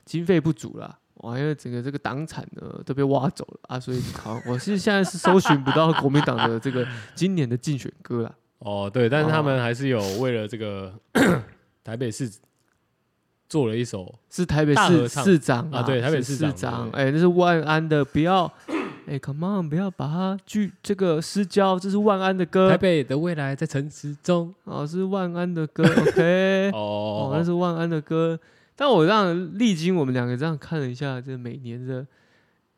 Speaker 2: 经费不足啦。哇，因为整个这个党产呢都被挖走了啊，所以好，我是现在是搜寻不到国民党的 这个今年的竞选歌啦。
Speaker 1: 哦，对，但是他们还是有为了这个台北市做了一首
Speaker 2: 是台北
Speaker 1: 大合
Speaker 2: 市
Speaker 1: 唱
Speaker 2: 市长
Speaker 1: 啊对台北
Speaker 2: 是
Speaker 1: 市长
Speaker 2: 市长，
Speaker 1: 对
Speaker 2: 哎、那是万安的，不要，哎、c o m e on，不要把它拒这个失焦，这是万安的歌
Speaker 1: 呃台，北的未来在城市中。
Speaker 2: 哦，是万安的歌，OK，哦
Speaker 1: 哦，
Speaker 2: 那是万安的歌。但我让历经我们两个这样看了一下，这每年的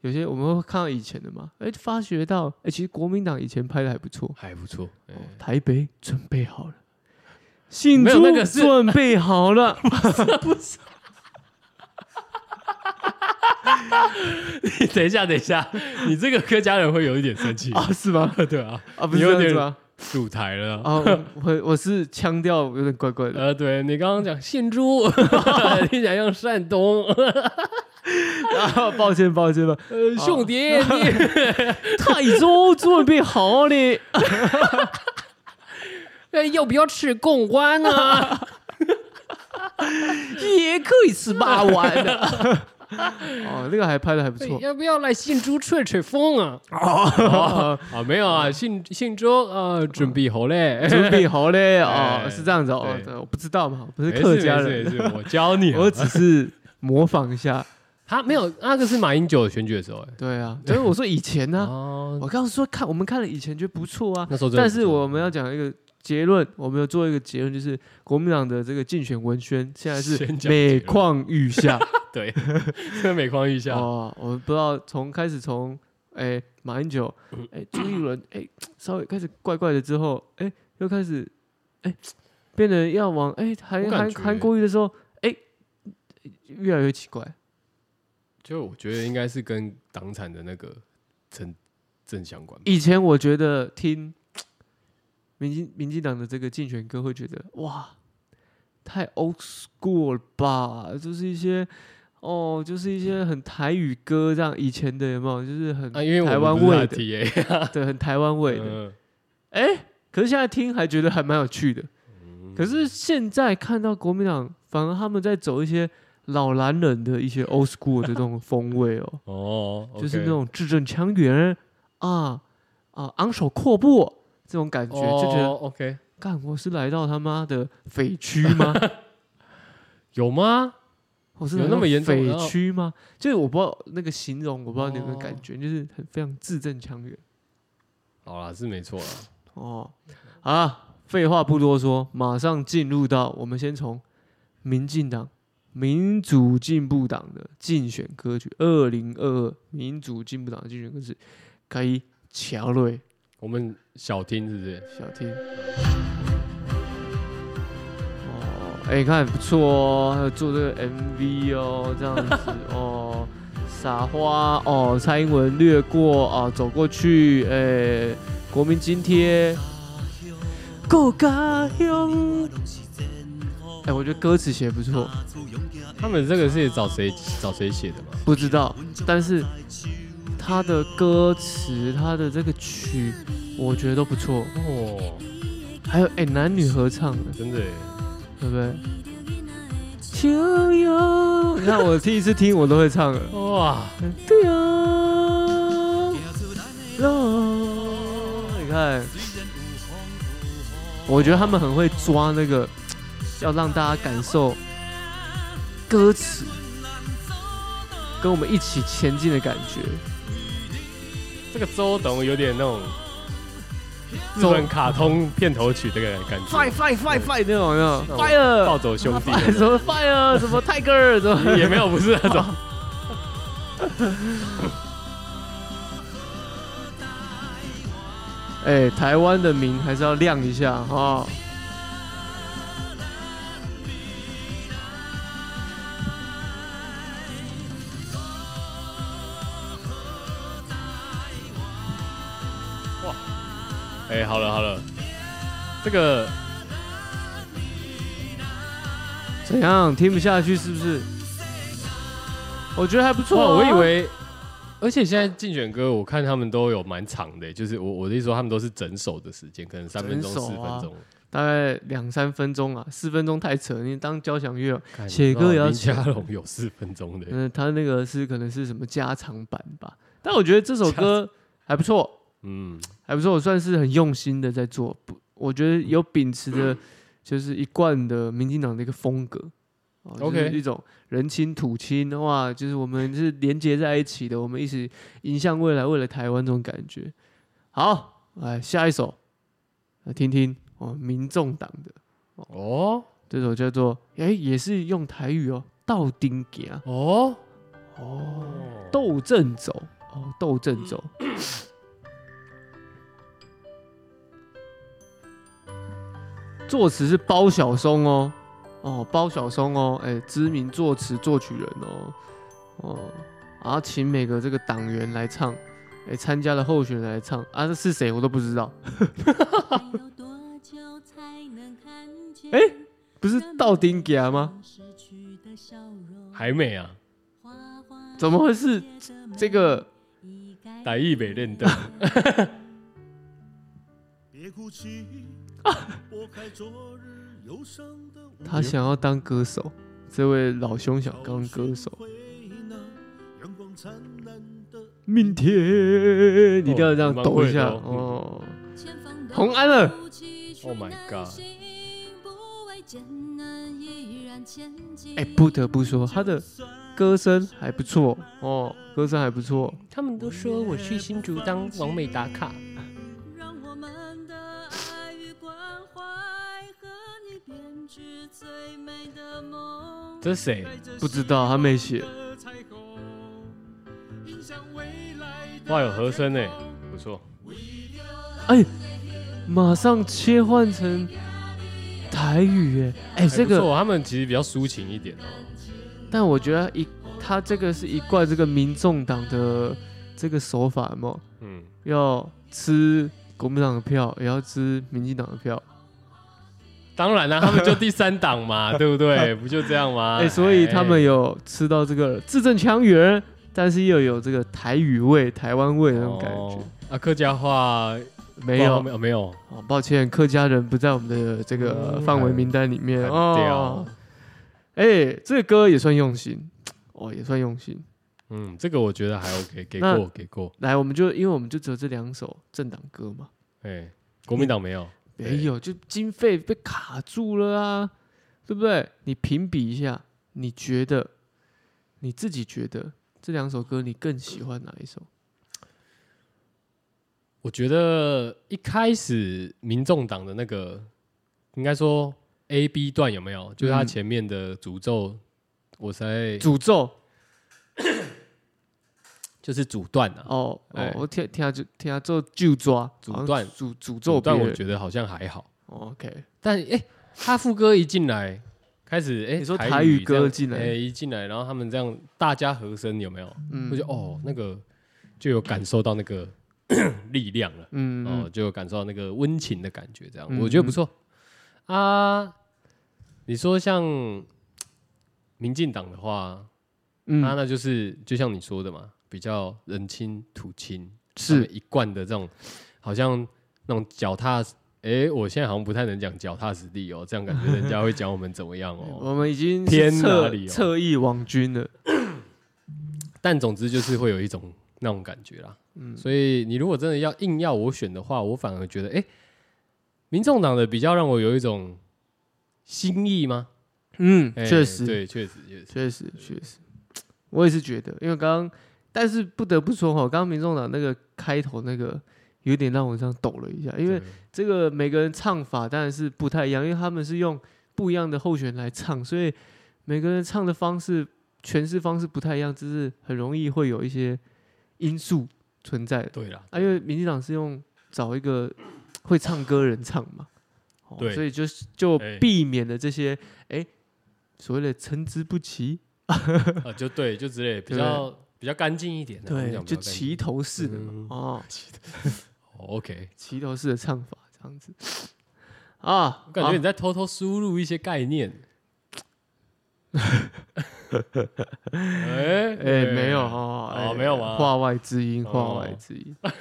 Speaker 2: 有些我们会看到以前的嘛，哎、发觉到，哎、其实国民党以前拍的还不错、
Speaker 1: 还不 错。
Speaker 2: 哦，台北准备好了，信
Speaker 1: 哎没有
Speaker 2: 中
Speaker 1: 那个是
Speaker 2: 准备好了，
Speaker 1: 哎等一下，等一下，你这个客家人会有一点生气，
Speaker 2: 啊，是吗？
Speaker 1: 对 啊，
Speaker 2: 啊，不是
Speaker 1: 你有
Speaker 2: 这样子
Speaker 1: 点
Speaker 2: 吗？
Speaker 1: 主台了啊。
Speaker 2: 啊，我我我是腔调有点怪怪的，
Speaker 1: 呃，对你刚刚讲姓朱， 你想用山东，哦
Speaker 2: 啊抱歉抱歉吧。
Speaker 1: 呃，兄弟， 你
Speaker 2: 泰州准备好了，
Speaker 1: 呃要不要吃贡丸啊？
Speaker 2: 也可以吃八碗的。 哦，那个还拍的还不错
Speaker 1: 要不要来姓朱吹吹风啊？哦，啊，没有啊，姓姓周啊，准备好 嘞。
Speaker 2: 准备好嘞
Speaker 1: 哎
Speaker 2: 哦，是这样子哦
Speaker 1: 对，
Speaker 2: 这我不知道嘛，我不是
Speaker 1: 没事
Speaker 2: 客家
Speaker 1: 没
Speaker 2: 人，
Speaker 1: 事没事，我教你啊。
Speaker 2: 我只是模仿一下。
Speaker 1: 他没有，那个是马英九选举的时候，哎，
Speaker 2: 对啊，所以我说以前呢，
Speaker 1: 哦，
Speaker 2: 我刚刚说看我们看了以前觉得不错啊，
Speaker 1: 那时候真的
Speaker 2: 但
Speaker 1: 不
Speaker 2: 是
Speaker 1: 错
Speaker 2: 我 们要讲一个结论，我们要做一个结论，就是国民党的这个竞选文宣现在是
Speaker 1: 先讲结
Speaker 2: 每
Speaker 1: 论
Speaker 2: 况愈下。
Speaker 1: 对，这每况愈下。
Speaker 2: 哦，我们不知道从开始从哎、马英九，
Speaker 1: 嗯
Speaker 2: 哎、朱立伦，哎、稍微开始怪怪的之后，哎、又开始哎、变得要往哎韩
Speaker 1: 我感
Speaker 2: 韩
Speaker 1: 觉
Speaker 2: 韩国瑜的时候，哎、越来越奇怪。
Speaker 1: 就我觉得应该是跟党产的那个正正相关吧。
Speaker 2: 以前我觉得听民进民进党的这个竞选歌，会觉得哇，太 old school 了吧，就是一些。哦，就是一些很台语歌这样，以前的有没有？就 是很
Speaker 1: 啊，因为我
Speaker 2: 台
Speaker 1: 们
Speaker 2: 湾
Speaker 1: 不是他
Speaker 2: 味
Speaker 1: 的
Speaker 2: 的，
Speaker 1: TA，
Speaker 2: 对，很台湾味的。
Speaker 1: 嗯嗯
Speaker 2: 哎、可是现在听还觉得还蛮有趣的。可是现在看到国民党反而他们在走一些老男人的一些 old school 的这种风味哦，
Speaker 1: 哦
Speaker 2: 就是 那
Speaker 1: OK
Speaker 2: 种字正腔圆啊啊昂首阔步这种感觉，就
Speaker 1: 哦
Speaker 2: 觉得
Speaker 1: OK
Speaker 2: 干我是来到他妈的匪区 吗？
Speaker 1: 有吗？
Speaker 2: 我是
Speaker 1: 有
Speaker 2: 来
Speaker 1: 那
Speaker 2: 到
Speaker 1: 么严重哦
Speaker 2: 匪
Speaker 1: 然后
Speaker 2: 区吗？就是我不知道那个形容，我不知道你有没有感觉，就是很非常字正腔圆
Speaker 1: 好啦，是没错啦。
Speaker 2: 哦。好啦，废话不多说，马上进入到我们先从民进党民主进步党的竞选歌曲，二零二二民主进步党的竞选歌曲，可以乔瑞
Speaker 1: 我们小听是不是？
Speaker 2: 小听。哦，哎、看不错哦，还有做这个 MV 哦，这样子哦，撒花哦，蔡英文略过啊、走过去，哎、国民津贴，够家乡。哎、我觉得歌词写得不错，
Speaker 1: 他们这个是找谁找谁写的吗？
Speaker 2: 不知道，但是他的歌词，他的这个曲，我觉得都不错。
Speaker 1: 哦，
Speaker 2: 还有哎、男女合唱的，
Speaker 1: 真的耶，
Speaker 2: 对不对？就有，你看我第一次听我都会唱了。
Speaker 1: 哇，
Speaker 2: 对啊，你看，我觉得他们很会抓那个，要让大家感受歌词，跟我们一起前进的感觉。
Speaker 1: 这个周董有点那种日
Speaker 2: 周
Speaker 1: 本卡通片头曲这个感觉
Speaker 2: Fly，fly fly fly 那种那种
Speaker 1: 暴
Speaker 2: fire
Speaker 1: 走兄弟
Speaker 2: 什么 fire 什么 tiger 什么
Speaker 1: 也没有不是那种，
Speaker 2: 哎，台湾的名还是要亮一下哈。
Speaker 1: 哎，好了好了，这个
Speaker 2: 怎样？听不下去是不是？我觉得还不错、
Speaker 1: 哇，
Speaker 2: 啊。
Speaker 1: 哦我以为。而且现在竞选歌，我看他们都有蛮长的，就是我我的意思说，他们都是整首的时间，可能三分钟、
Speaker 2: 整
Speaker 1: 四
Speaker 2: 首啊
Speaker 1: 分钟。
Speaker 2: 大概两三分钟啊，四分钟太扯，你当交响乐哦、
Speaker 1: 看
Speaker 2: 写歌也要
Speaker 1: 林
Speaker 2: 写
Speaker 1: 家龙有四分钟的，
Speaker 2: 嗯，他那个是可能是什么加长版吧。但我觉得这首歌还不错，
Speaker 1: 嗯，
Speaker 2: 还不错，我算是很用心的在做。不，我觉得有秉持着就是一贯的民进党的一个风格。哦就是
Speaker 1: OK
Speaker 2: 一种人亲土亲的话，就是我们是连接在一起的，我们一起迎向未来，为了台湾这种感觉。好，来下一首，来听听哦，民众党的
Speaker 1: 哦
Speaker 2: 这首叫做，哎、也是用台语哦，道丁行
Speaker 1: 哦，
Speaker 2: 哦，斗阵走哦，斗阵走，作词是包小松哦，哦，包小松哦，哎、知名作词作曲人哦，哦，然后请每个这个党员来唱，哎、参加了候选人来唱啊，这是谁我都不知道，
Speaker 5: 哎、
Speaker 2: 不
Speaker 5: 不
Speaker 2: 是
Speaker 5: 是
Speaker 2: 道
Speaker 5: 道
Speaker 2: 丁
Speaker 5: 丁
Speaker 2: 行
Speaker 5: 家
Speaker 2: 吗
Speaker 5: 吗？？
Speaker 1: 还美啊，
Speaker 5: 怎么会是
Speaker 2: 这
Speaker 5: 这
Speaker 2: 个
Speaker 5: 个？
Speaker 1: 台语袂认得
Speaker 6: 别哭泣，拨开昨日忧伤的
Speaker 1: 嗯
Speaker 6: 雾。
Speaker 2: 他想要当歌手，这位老兄想当歌手。
Speaker 6: 阳光灿烂的
Speaker 2: 明天你一定要这样
Speaker 1: 哦
Speaker 2: 抖一下
Speaker 1: 蛮会的
Speaker 2: 哦。红
Speaker 5: 红
Speaker 2: 安
Speaker 5: 安
Speaker 2: 了
Speaker 5: 了
Speaker 1: Oh my god
Speaker 2: 哎、不得不说，他的歌声还不错哦，歌声还不错。
Speaker 1: 他们都说我去新竹当王美打卡，
Speaker 5: 让我们的爱与关怀和你编织最美的梦。
Speaker 1: 这是谁？
Speaker 2: 不知道他没写，
Speaker 1: 哇，有和欸声呢，不错。
Speaker 2: 哎、马上切换成台语哎，哎、
Speaker 1: 哎
Speaker 2: 这
Speaker 1: 不
Speaker 2: 个，
Speaker 1: 错他们其实比较抒情一点哦。
Speaker 2: 但我觉得一他这个是一贯这个民众党的这个手法嘛，
Speaker 1: 嗯，
Speaker 2: 要吃国民党的票，也要吃民进党的票。
Speaker 1: 当然啦、他们就第三档 嘛，对不对？不就这样吗？
Speaker 2: 哎、所以他们有吃到这个字正腔圆，但是又有这个台语味、台湾味的那种感觉。
Speaker 1: 哦啊，客家话
Speaker 2: 没有，
Speaker 1: 没有没有，
Speaker 2: 哦抱歉，客家人不在我们的这个
Speaker 1: 嗯
Speaker 2: 范围名单里面
Speaker 1: 很屌
Speaker 2: 哦。哎、这个歌也算用心，哦，也算用心。
Speaker 1: 嗯，这个我觉得还 OK，给
Speaker 2: 那
Speaker 1: 过给过。
Speaker 2: 来，我们就因为我们就只有这两首政党歌嘛，
Speaker 1: 哎，国民党没有，
Speaker 2: 没有，就经费被卡住了啊，对不对？你评比一下，你觉得你自己觉得这两首歌你更喜欢哪一首？
Speaker 1: 我觉得一开始民众党的那个，应该说 A B 段有没有？就是他
Speaker 2: 嗯
Speaker 1: 前面的诅咒，我才
Speaker 2: 诅咒
Speaker 1: 就是阻断啊。
Speaker 2: 哦哦
Speaker 1: 哎，
Speaker 2: 我听听就听他做就抓
Speaker 1: 阻
Speaker 2: 好像
Speaker 1: 断
Speaker 2: 诅诅咒
Speaker 1: 阻
Speaker 2: 别
Speaker 1: 断我
Speaker 2: 人。
Speaker 1: 觉得好像还好，
Speaker 2: 哦 OK，
Speaker 1: 但哎、他副歌一进来，开始哎、
Speaker 2: 你说
Speaker 1: 台
Speaker 2: 台语歌
Speaker 1: 这样
Speaker 2: 进来
Speaker 1: 哎、一进来，然后他们这样大家和声有没有？
Speaker 2: 嗯
Speaker 1: 我就哦，那个就有感受到那个 力量了。
Speaker 2: 嗯
Speaker 1: 哦，
Speaker 2: 嗯
Speaker 1: 就有感受到那个温情的感觉，这样、
Speaker 2: 嗯
Speaker 1: 我觉得不错啊。你说像民进党的话，啊
Speaker 2: 嗯
Speaker 1: 那、那就是就像你说的嘛，比较人亲土亲，
Speaker 2: 是
Speaker 1: 他们一贯的这种，好像那种脚踏。诶，我现在好像不太能讲脚踏实地哦，这样感觉人家会讲我们怎么样 哦。
Speaker 2: 我们已经
Speaker 1: 天
Speaker 2: 是
Speaker 1: 哪
Speaker 2: 侧
Speaker 1: 里哦
Speaker 2: 侧翼网军了。
Speaker 1: 但总之就是会有一种那种感觉啦。
Speaker 2: 嗯，
Speaker 1: 所以你如果真的要硬要我选的话，我反而觉得，哎、民众党的比较让我有一种新意吗？
Speaker 2: 嗯，
Speaker 1: 诶
Speaker 2: 确实，
Speaker 1: 哎对，确实，确实，
Speaker 2: 确实，确实，我也是觉得，因为刚刚，但是不得不说哈，刚刚民众党那个开头那个有点让我这样抖了一下，因为
Speaker 1: 对
Speaker 2: 这个每个人唱法当然是不太一样，因为他们是用不一样的候选人来唱，所以每个人唱的方式、诠释方式不太一样，就是很容易会有一些因素存在的。
Speaker 1: 对啦，
Speaker 2: 啊，因为民进党是用找一个会唱歌人唱嘛，哦
Speaker 1: 对
Speaker 2: 所以就是就
Speaker 1: 哎
Speaker 2: 避免了这些哎、所谓的参差不齐，
Speaker 1: 啊，就对，就之类比
Speaker 2: 对
Speaker 1: 较比较干净一点的，我们讲比
Speaker 2: 就
Speaker 1: 较干净
Speaker 2: 齐头式的嘛，
Speaker 1: 嗯
Speaker 2: 哦，
Speaker 1: 哦，OK，
Speaker 2: 齐头式的唱法这样子啊，
Speaker 1: 我感觉
Speaker 2: 好
Speaker 1: 你在偷偷输入一些概念。 哎
Speaker 2: 哎、没有哦，哎
Speaker 1: 哦没有吗
Speaker 2: 话外之音，话
Speaker 1: 哦
Speaker 2: 外之 音，哎、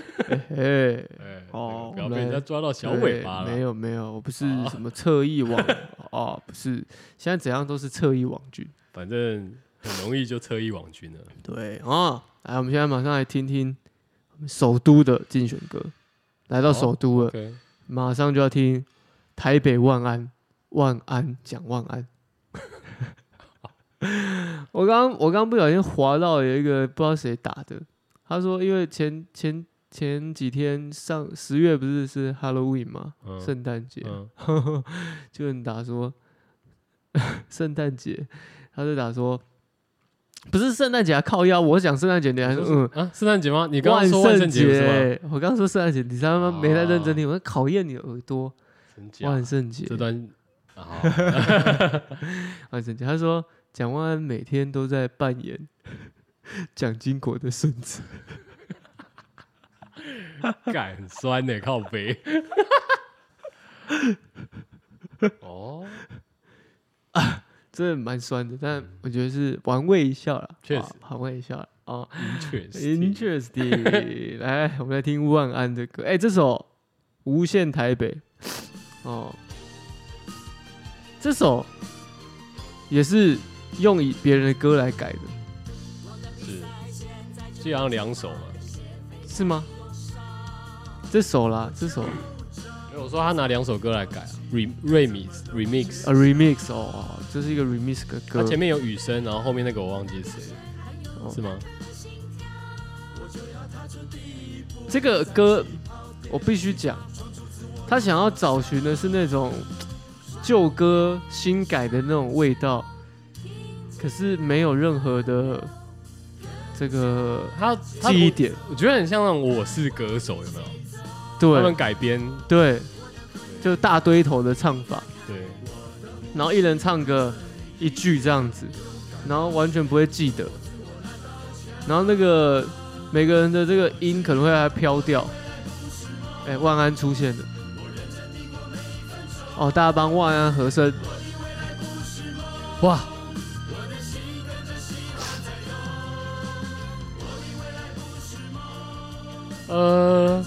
Speaker 2: 嘿
Speaker 1: 哎，
Speaker 2: 哦
Speaker 1: 哦，不要
Speaker 2: 我
Speaker 1: 被
Speaker 2: 们
Speaker 1: 人家抓到 小尾巴
Speaker 2: 对没
Speaker 1: 了。
Speaker 2: 有没有，我不是
Speaker 1: 哦
Speaker 2: 什么侧翼网哦，不是，现在怎样都是侧翼网军。
Speaker 1: 反正很容易就侧翼网军了。
Speaker 2: 对啊，来，我们现在马上来听听我们首都的竞选歌。来到
Speaker 1: 好
Speaker 2: 首都了，
Speaker 1: OK，
Speaker 2: 马上就要听台北万安，万安讲万安。 我刚我刚不小心滑到有一个不知道谁打的，他说因为前前前几天上十月不是是 Halloween 嘛，
Speaker 1: 嗯
Speaker 2: 圣诞节，
Speaker 1: 嗯，
Speaker 2: 就有人打说 圣诞节，他就打说不是圣诞节啊，靠腰，我讲圣诞节，你还
Speaker 1: 你
Speaker 2: 说
Speaker 1: 说
Speaker 2: 嗯
Speaker 1: 是，啊，圣诞节吗？你刚刚说万圣
Speaker 2: 圣
Speaker 1: 节不是吗？啊
Speaker 2: 节，我刚说圣诞节，你他妈没在认真听，我在考验你的耳朵。
Speaker 1: 真假
Speaker 2: 万圣节，
Speaker 1: 这段 啊，
Speaker 2: 万圣节，他说蒋万安每天都在扮演 蒋经国的孙子，
Speaker 1: 敢很酸呢，靠 背。哦，
Speaker 2: 真的蛮酸的，但我觉得是玩味一笑啦，
Speaker 1: 确
Speaker 2: 啊
Speaker 1: 实
Speaker 2: 玩味一笑啦啊。
Speaker 1: 确实，
Speaker 2: Interesting，来， 我们来听万安的歌。哎、这首《无限台北》哦，这首也是用以别人的歌来改的，
Speaker 1: 基本上两首嘛。
Speaker 2: 是吗？这首啦，这首啊
Speaker 1: 因为哎我说他拿两首歌来改啊，re remix remix，
Speaker 2: a remix 哦，这是一个 remix 的
Speaker 1: 他
Speaker 2: 歌。
Speaker 1: 前面有雨声，然后后面那个我忘记是谁了，
Speaker 2: 哦
Speaker 1: 是吗？
Speaker 2: 这个歌我必须讲，他想要找寻的是那种旧歌新改的那种味道，可是没有任何的这个
Speaker 1: 他他
Speaker 2: 记忆点。
Speaker 1: 我觉得很像那种我是歌手，有没有？他们
Speaker 2: 对
Speaker 1: 改编，
Speaker 2: 对，就大堆头的唱法，
Speaker 1: 对，
Speaker 2: 然后一人唱个一句这样子，然后完全不会记得，然后那个每个人的这个音可能会还飘掉。哎、万安出现了。哦，大家帮万安和声。哇！
Speaker 1: 呃，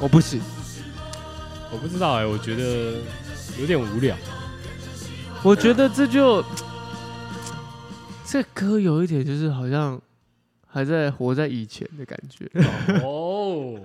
Speaker 2: 我不行，
Speaker 1: 欸我不知道哎、我觉得有点无聊。
Speaker 2: 我觉得这就这歌有一点就是好像还在活在以前的感 觉，
Speaker 1: 哦，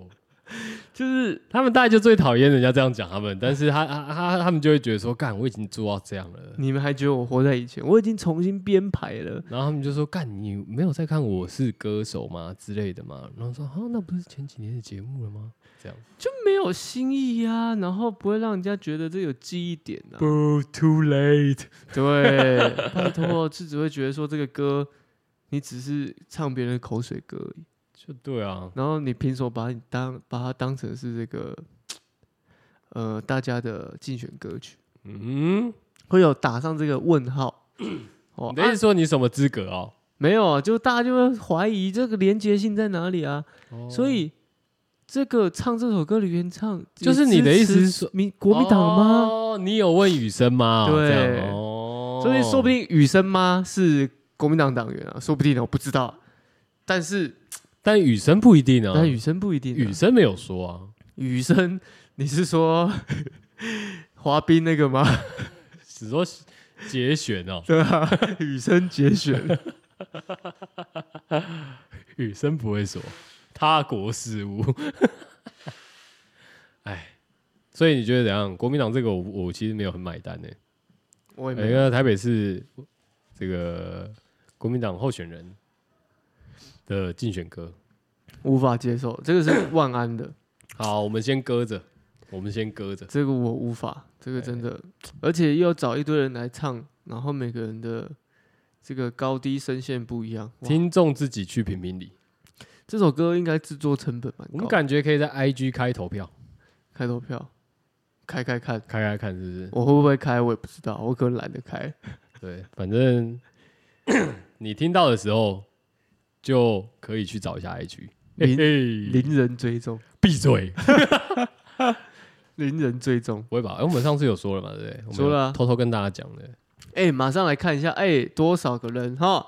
Speaker 2: 就是
Speaker 1: 他们大概就最讨厌人家这样讲他们，但是他他他他们就会觉得说，干，我已经做到这样了，
Speaker 2: 你们还觉得我活在以前，我已经重新编排了。
Speaker 1: 然后他们就说，干，你没有在看《我是歌手》吗之类的吗？然后说，啊，那不是前几年的节目了吗？这样
Speaker 2: 就没有新意啊，然后不会让人家觉得这有记忆点啊。
Speaker 1: ，Bro too late，
Speaker 2: 对，拜托，就只会觉得说这个歌你只是唱别人的口水歌而已，
Speaker 1: 就对啊，
Speaker 2: 然后你凭什么把你当把它当成是这个呃大家的竞选歌曲，
Speaker 1: 嗯，
Speaker 2: 会有打上这个问号？哦
Speaker 1: 你的意思说你什么资格哦？
Speaker 2: 没有啊，就大家就会怀疑这个连结性在哪里啊，
Speaker 1: 哦
Speaker 2: 所以。这个唱这首歌的原唱
Speaker 1: 就是你的意思是说
Speaker 2: 民国民党吗？
Speaker 1: 哦，你有问雨生吗？
Speaker 2: 对
Speaker 1: 这样哦，
Speaker 2: 所以说不定雨生妈是国民党党员啊，说不定呢，我不知道啊。但是，
Speaker 1: 但雨生不一定啊，
Speaker 2: 但雨生不一定、啊。
Speaker 1: 雨生没有说啊，
Speaker 2: 雨生，你是说 滑冰那个吗？
Speaker 1: 只说节选哦，
Speaker 2: 对啊，雨生节选。
Speaker 1: 雨生不会说他国事务。 哎，所以你觉得怎样？国民党这个我我其实没有很买单呢、
Speaker 2: 我也
Speaker 1: 因
Speaker 2: 没有。
Speaker 1: 为台北市这个国民党候选人的竞选歌。
Speaker 2: 无法接受，这个是万安的，
Speaker 1: 好，我们先搁着，我们先搁着。
Speaker 2: 这个我无法，这个真的，而且又要找一堆人来唱，然后每个人的这个高低声线不一样。哇
Speaker 1: 听众自己去评评理，
Speaker 2: 这首歌应该制作成本蛮
Speaker 1: 我
Speaker 2: 高
Speaker 1: 们
Speaker 2: 的，
Speaker 1: 感觉可以在 IG 开投票，
Speaker 2: 开投票，开开看。
Speaker 1: 开开看是不是？
Speaker 2: 我会不会开，我也不知道，我可能懒得 开。
Speaker 1: 对，反正 你听到的时候就可以去找一下 IG。嘿
Speaker 2: 零
Speaker 1: 嘿，
Speaker 2: 零人追踪，
Speaker 1: 闭嘴！
Speaker 2: 零人追踪。
Speaker 1: 不会吧？哎、我们上次有说了嘛，对不对？我们有
Speaker 2: 说了啊
Speaker 1: 偷偷跟大家讲的。
Speaker 2: 哎、马上来看一下，哎、多少个人哈？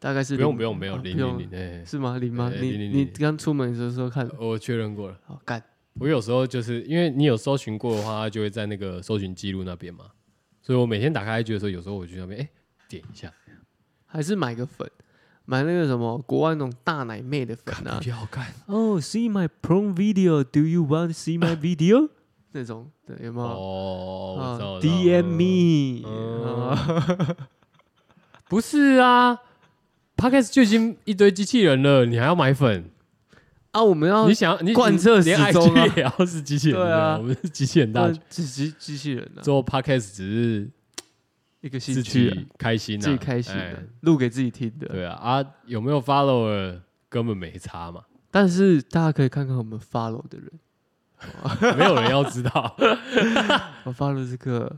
Speaker 2: 大概是
Speaker 1: 不用
Speaker 2: 零
Speaker 1: 不用，没有
Speaker 2: 啊
Speaker 1: 零
Speaker 2: 不用
Speaker 1: 零零，哎，
Speaker 2: 是吗？零吗？
Speaker 1: 哎
Speaker 2: 你
Speaker 1: 零零
Speaker 2: 你
Speaker 1: 零
Speaker 2: 刚出门的时候说看，
Speaker 1: 我确认过了。
Speaker 2: 好干，
Speaker 1: 我有时候就是因为你有搜寻过的话，它就会在那个搜寻记录那边嘛，所以我每天打开 IG 的时候，有时候我去那边哎、点一下，
Speaker 2: 还是买个粉，买那个什么国外那种大奶妹的粉啊
Speaker 1: 不。要看
Speaker 2: 哦、s e e my prom video. Do you want to see my video？那 种对有没有？
Speaker 1: 哦，我
Speaker 2: 啊
Speaker 1: 知道我知道
Speaker 2: DM
Speaker 1: 嗯
Speaker 2: me，、
Speaker 1: 嗯
Speaker 2: 啊
Speaker 1: 不是啊，Podcast 就已经一堆机器人了，你还要买粉？
Speaker 2: 啊！我们要
Speaker 1: 你想要你
Speaker 2: 贯彻
Speaker 1: 你连
Speaker 2: 始终啊
Speaker 1: IG 也要是机器人，
Speaker 2: 对啊
Speaker 1: 我们是机器人大
Speaker 2: 呃
Speaker 1: 学，
Speaker 2: 机机机器人啊，
Speaker 1: 做 Podcast 只
Speaker 2: 一个
Speaker 1: 是
Speaker 2: 兴
Speaker 1: 自
Speaker 2: 趣、啊
Speaker 1: 己，开心啊，
Speaker 2: 自己开心的、
Speaker 1: 哎
Speaker 2: 录给自己听的。
Speaker 1: 对啊，啊，有没有 follower 根本没差嘛，
Speaker 2: 但是大家可以看看我们 follow 的人，
Speaker 1: 没有人要知 道。
Speaker 2: 我 follow 这个，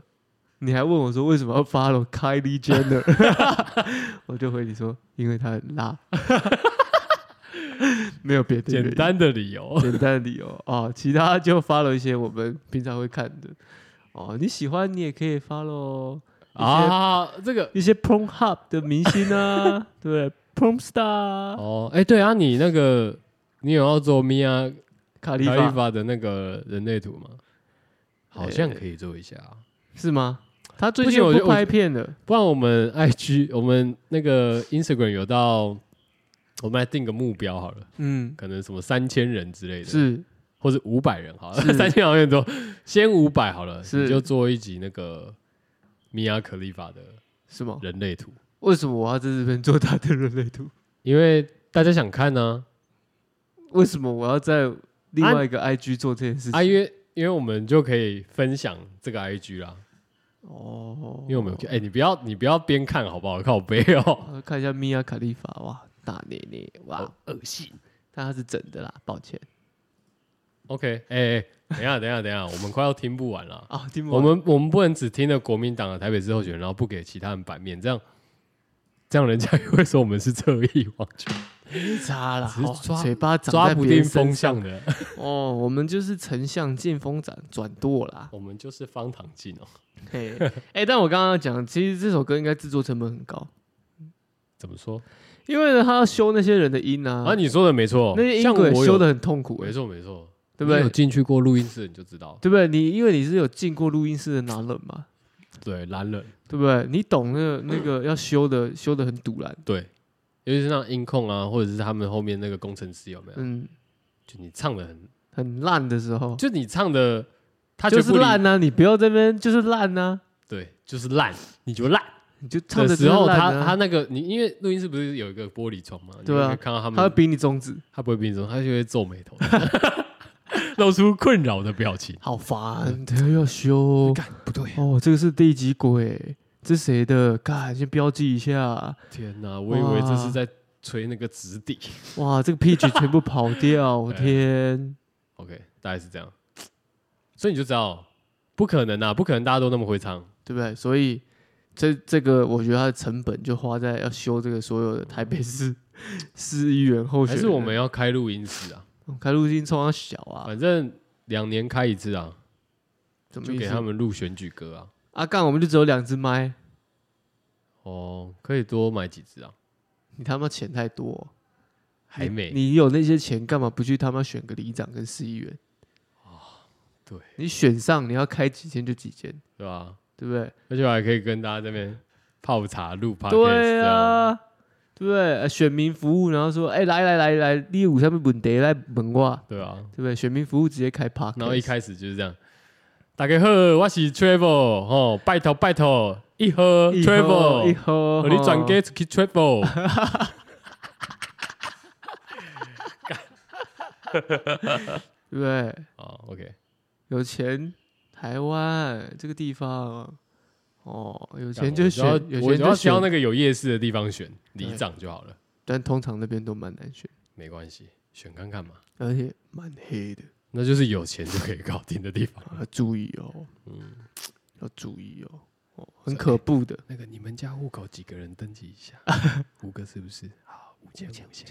Speaker 2: 你还问我说为什么要 follow Kylie Jenner，我就回你说，因为她很辣， 没有别的原因
Speaker 1: 简单的理由。
Speaker 2: 简单的理由哦，其他就 follow 一些我们平常会看的哦，你喜欢你也可以 follow
Speaker 1: 啊，这个
Speaker 2: 一些 Prom Hub 的明星 啊，对 Prom Star 啊、
Speaker 1: 哦，哎、对啊，你那个你有要做米娅
Speaker 2: 卡
Speaker 1: 卡
Speaker 2: 利
Speaker 1: 利
Speaker 2: 法
Speaker 1: 法的那个人类图吗？好像可以做一下啊、
Speaker 2: 是吗？他最
Speaker 1: 不
Speaker 2: 近
Speaker 1: 行我就
Speaker 2: 不
Speaker 1: 我
Speaker 2: 拍片了，
Speaker 1: 不然我们 IG 我们那个 Instagram 有到，我们来定个目标好了，
Speaker 2: 嗯，
Speaker 1: 可能什么三千人之类的，
Speaker 2: 是
Speaker 1: 或者五百人好了，
Speaker 2: 是
Speaker 1: 三千好像有点多，先五百好了，
Speaker 2: 是
Speaker 1: 你就做一集那个米娅可利法的
Speaker 2: 是吗？
Speaker 1: 人类图，
Speaker 2: 为什么我要在这边做他的人类图？
Speaker 1: 因为大家想看啊呢、
Speaker 2: 为什么我要在另外一个 IG 做这件事情？
Speaker 1: 啊，因为因为我们就可以分享这个 IG 啦，
Speaker 2: 哦，
Speaker 1: 因为我们有哎、你不要你不要边看好不好？靠背哦，
Speaker 2: 我看一下米娅卡利法，哇，大捏捏，哇，
Speaker 1: 恶心。
Speaker 2: 但他是整的啦，抱歉
Speaker 1: OK，哎、哎等一下等一下等一下，我们快要听不完了。
Speaker 2: 啊，听不
Speaker 1: 我
Speaker 2: 完
Speaker 1: 们我们不能只听了国民党的台北市候选人，然后不给其他人版面，这样这样人家也会说我们是侧翼网军，
Speaker 2: 没差啦，
Speaker 1: 只是
Speaker 2: 哦
Speaker 1: 抓
Speaker 2: 嘴巴长
Speaker 1: 抓
Speaker 2: 在
Speaker 1: 不
Speaker 2: 别人
Speaker 1: 定风
Speaker 2: 身上
Speaker 1: 向的。
Speaker 2: 哦，我们就是丞相见风转转舵 啦，
Speaker 1: 我们就是方糖镜哦，
Speaker 2: 嘿，哎，但我刚刚讲，其实这首歌应该制作成本很高，
Speaker 1: 怎么说？
Speaker 2: 因为呢，他要修那些人的音啊，
Speaker 1: 啊，你说的没错，
Speaker 2: 那些音
Speaker 1: 像
Speaker 2: 轨
Speaker 1: 我有
Speaker 2: 修的很痛苦，
Speaker 1: 没错没错，
Speaker 2: 对不对
Speaker 1: 你有进去过录音室你就知道，
Speaker 2: 对不对？你因为你是有进过录音室的男人嘛，
Speaker 1: 对，懒人，
Speaker 2: 对不对？你懂那个那
Speaker 1: 嗯
Speaker 2: 个要修的修的很堵然，
Speaker 1: 对，尤其是那音控啊，或者是他们后面那个工程师有没有？
Speaker 2: 嗯，
Speaker 1: 就你唱的很，
Speaker 2: 很烂的时候，
Speaker 1: 就你唱的，他
Speaker 2: 就
Speaker 1: 觉得
Speaker 2: 是
Speaker 1: 不理
Speaker 2: 烂，啊呐、你不要这边就是烂呐、
Speaker 1: 对，就是烂，你就 烂。
Speaker 2: 你就啊唱
Speaker 1: 的
Speaker 2: 的
Speaker 1: 时候，他
Speaker 2: 他
Speaker 1: 他那个你因为录音室不是有一个玻璃窗嘛，你
Speaker 2: 对啊
Speaker 1: 会看到他们，
Speaker 2: 他会比你中指，
Speaker 1: 他不会逼你走，他就会皱眉头， 露出困扰的表情。
Speaker 2: 好
Speaker 1: 嗯
Speaker 2: 烦，他要修
Speaker 1: 干不对，
Speaker 2: 哦，这个是第几鬼？这谁的？干，先标记一下。
Speaker 1: 天哪，我以为这
Speaker 2: 哇
Speaker 1: 是在吹那个纸笛。
Speaker 2: 哇，这个 pitch 全部跑 掉，我天！
Speaker 1: OK，大概是这样，所以你就知道不可能啊，不可能大家都那么会唱。
Speaker 2: 对不对？所以这这个，我觉得它的成本就花在要修这个所有的台北市市议员候
Speaker 1: 还
Speaker 2: 选人。
Speaker 1: 是我们要开录音室啊？
Speaker 2: 开路径冲他小啊？
Speaker 1: 反正两年开一次啊，
Speaker 2: 怎么
Speaker 1: 就
Speaker 2: 意
Speaker 1: 给他
Speaker 2: 思？
Speaker 1: 们录选举歌啊。
Speaker 2: 阿干，我们就只有两只麦，
Speaker 1: 哦，可以多买几支啊？
Speaker 2: 你他妈钱太多哦、
Speaker 1: 还没，
Speaker 2: 你有那些钱，干嘛不去他妈选个里长跟市议员？
Speaker 1: 哦对
Speaker 2: 你选上，你要开几间就几间，
Speaker 1: 对吧、
Speaker 2: 对不对？
Speaker 1: 而且我还可以跟大家这边泡茶录 p o d
Speaker 2: 对啊，对不对？呃选民服务，然后说，哎、来来来来，你有什么问题来问我，
Speaker 1: 对啊。
Speaker 2: 对不对？选民服务直接开 p a r
Speaker 1: 然后一开始就是这样，大家好，我是 Travel 哦，拜托拜托，一喝
Speaker 2: 一盒一
Speaker 1: 哦
Speaker 2: 哦
Speaker 1: Travel，
Speaker 2: 盒，
Speaker 1: 我你转
Speaker 2: 吼
Speaker 1: 给出去 Travel。
Speaker 2: 对不对？
Speaker 1: 哦，OK，
Speaker 2: 有钱，台湾这个地方，哦，有
Speaker 1: 干
Speaker 2: 钱就选，
Speaker 1: 我要
Speaker 2: 有
Speaker 1: 我
Speaker 2: 钱
Speaker 1: 只要挑
Speaker 2: 就选
Speaker 1: 那个有夜市的地方选
Speaker 2: 对
Speaker 1: 里长就好了，
Speaker 2: 但通常那边都蛮难选，
Speaker 1: 没关系，选看看嘛，
Speaker 2: 而且蛮黑的，
Speaker 1: 那就是有钱就可以搞定的地方。
Speaker 2: 要注意哦，
Speaker 1: 嗯
Speaker 2: 要注意哦，哦，很可怖的。
Speaker 1: 那个你们家户口几个人登记一 下？五个是不是？好，五千五千。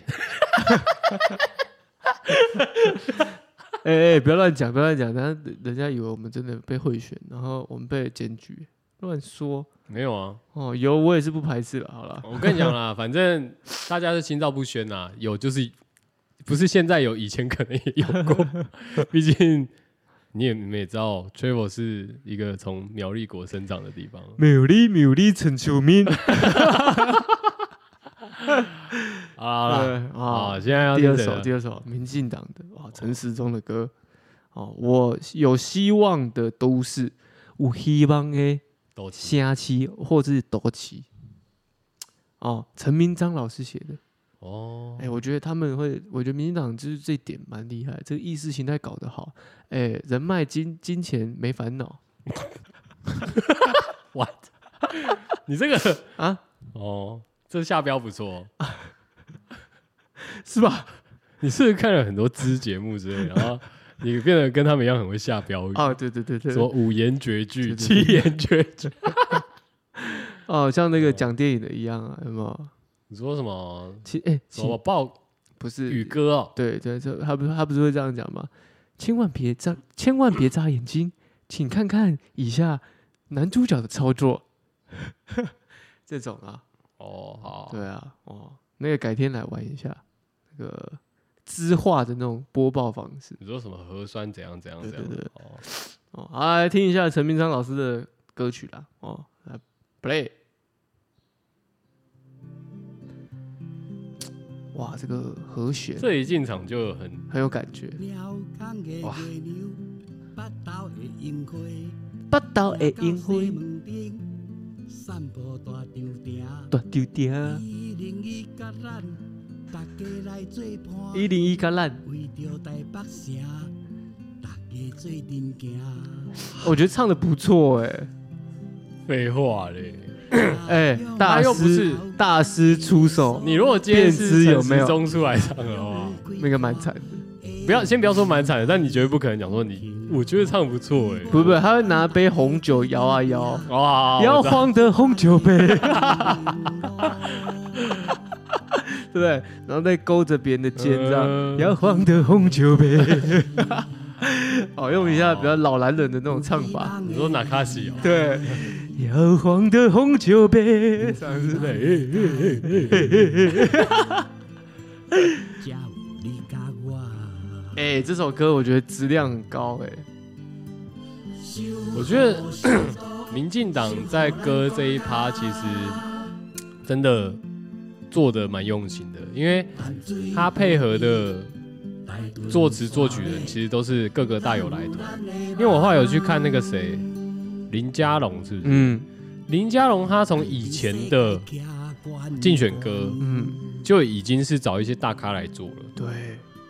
Speaker 2: 哎、 哎、不要乱讲，不要乱讲，人家人家以为我们真的被贿选，然后我们被检举，乱说
Speaker 1: 没有啊，
Speaker 2: 哦，有我也是不排斥了，好了，
Speaker 1: 我跟你讲啦，反正大家是心照不宣啦，有就是不是现在有，以前可能也有过。 毕竟你也你们也知道，Travel 是一个从苗栗国生长的地方，
Speaker 2: 苗栗苗栗陈秋 明，
Speaker 1: 好啦，
Speaker 2: 对
Speaker 1: 啊，现在要
Speaker 2: 哦第二
Speaker 1: 是谁
Speaker 2: 首，
Speaker 1: 了
Speaker 2: 第二首，民进党的哦，陈时中的歌哦，我有希望的都市，有希望的
Speaker 1: 都起
Speaker 2: 虾期或者是斗旗哦，陈明章老师写的，
Speaker 1: 哦
Speaker 2: 哎、，我觉得他们会，我觉得民进党就是这一点蛮厉害，这个意识形态搞得好，哎、人脉金金钱没烦恼
Speaker 1: 你这个
Speaker 2: 啊，
Speaker 1: 哦，这下标不错哦，
Speaker 2: 是 吧？
Speaker 1: 你是不是看了很多支节目之类的，然后你变得跟他们一样很会下标语，
Speaker 2: 啊，对对对对，
Speaker 1: 什么五言绝句、
Speaker 2: 对对
Speaker 1: 七言绝 句，
Speaker 2: 哦，像那个讲电影的一样啊，有没有？
Speaker 1: 你说什么
Speaker 2: 其哎、
Speaker 1: 什
Speaker 2: 其
Speaker 1: 么暴
Speaker 2: 不是
Speaker 1: 雨哥哦？
Speaker 2: 对对，这他不是他不是会这样讲吗？千万别眨，千万别眨眼睛，请看看以下男主角的操作。 这种啊，
Speaker 1: 哦，好，
Speaker 2: 对啊，哦，那个改天来玩一下那个知画的那种播报方式
Speaker 1: 你说什么核酸怎样怎样
Speaker 2: 对
Speaker 1: 怎样？
Speaker 2: 对对
Speaker 1: 哦，
Speaker 2: 哦。好，来听一下陈明章老师的歌曲啦，哦，来 play。哇，这个和弦
Speaker 1: 这一进场就很
Speaker 2: 很有感觉。
Speaker 7: 鸟空的
Speaker 1: 哇
Speaker 7: 月亮，北斗的樱花，
Speaker 2: 北斗的樱花
Speaker 7: 到西门町，散步大长亭，
Speaker 2: 大丢丢，
Speaker 7: 一零一甲咱大家来做伴，
Speaker 2: 一零一橄榄。
Speaker 7: 为着台北城，大家做阵行。
Speaker 2: 我觉得唱的不错哎、
Speaker 1: 废话嘞。
Speaker 2: 哎、大
Speaker 1: 他又不
Speaker 2: 师
Speaker 1: 是
Speaker 2: 大师出手，
Speaker 1: 你如果今天
Speaker 2: 变
Speaker 1: 是
Speaker 2: 姿
Speaker 1: 陈
Speaker 2: 有没有
Speaker 1: 时中出来唱的话，
Speaker 2: 那个蛮惨的。
Speaker 1: 不要先不要说蛮惨的，但你绝对不可能讲说你，我觉得唱不错哎、
Speaker 2: 不不，他会拿杯红酒摇啊摇，
Speaker 1: 哇，
Speaker 2: 摇
Speaker 1: 我知道
Speaker 2: 晃的红酒杯，对不 对？然后再勾着别人的肩这样，
Speaker 1: 嗯
Speaker 2: 摇晃的红酒杯。哦，用一下比较老男人的那种唱法，
Speaker 1: 你说哪卡西哦？
Speaker 2: 对，摇晃的红酒杯，这样子的。
Speaker 7: 才有你甲我，
Speaker 2: 哎，这首歌我觉得质量很高哎，
Speaker 1: 我觉得民进党在割这一趴，其实真的做的蛮用心的，因为他配合的作词作曲人其实都是各个大有来头。因为我后来有去看那个谁，林佳龙是不是？
Speaker 2: 嗯
Speaker 1: 林佳龙他从以前的竞选歌
Speaker 2: 嗯，
Speaker 1: 就已经是找一些大咖来做了，
Speaker 2: 对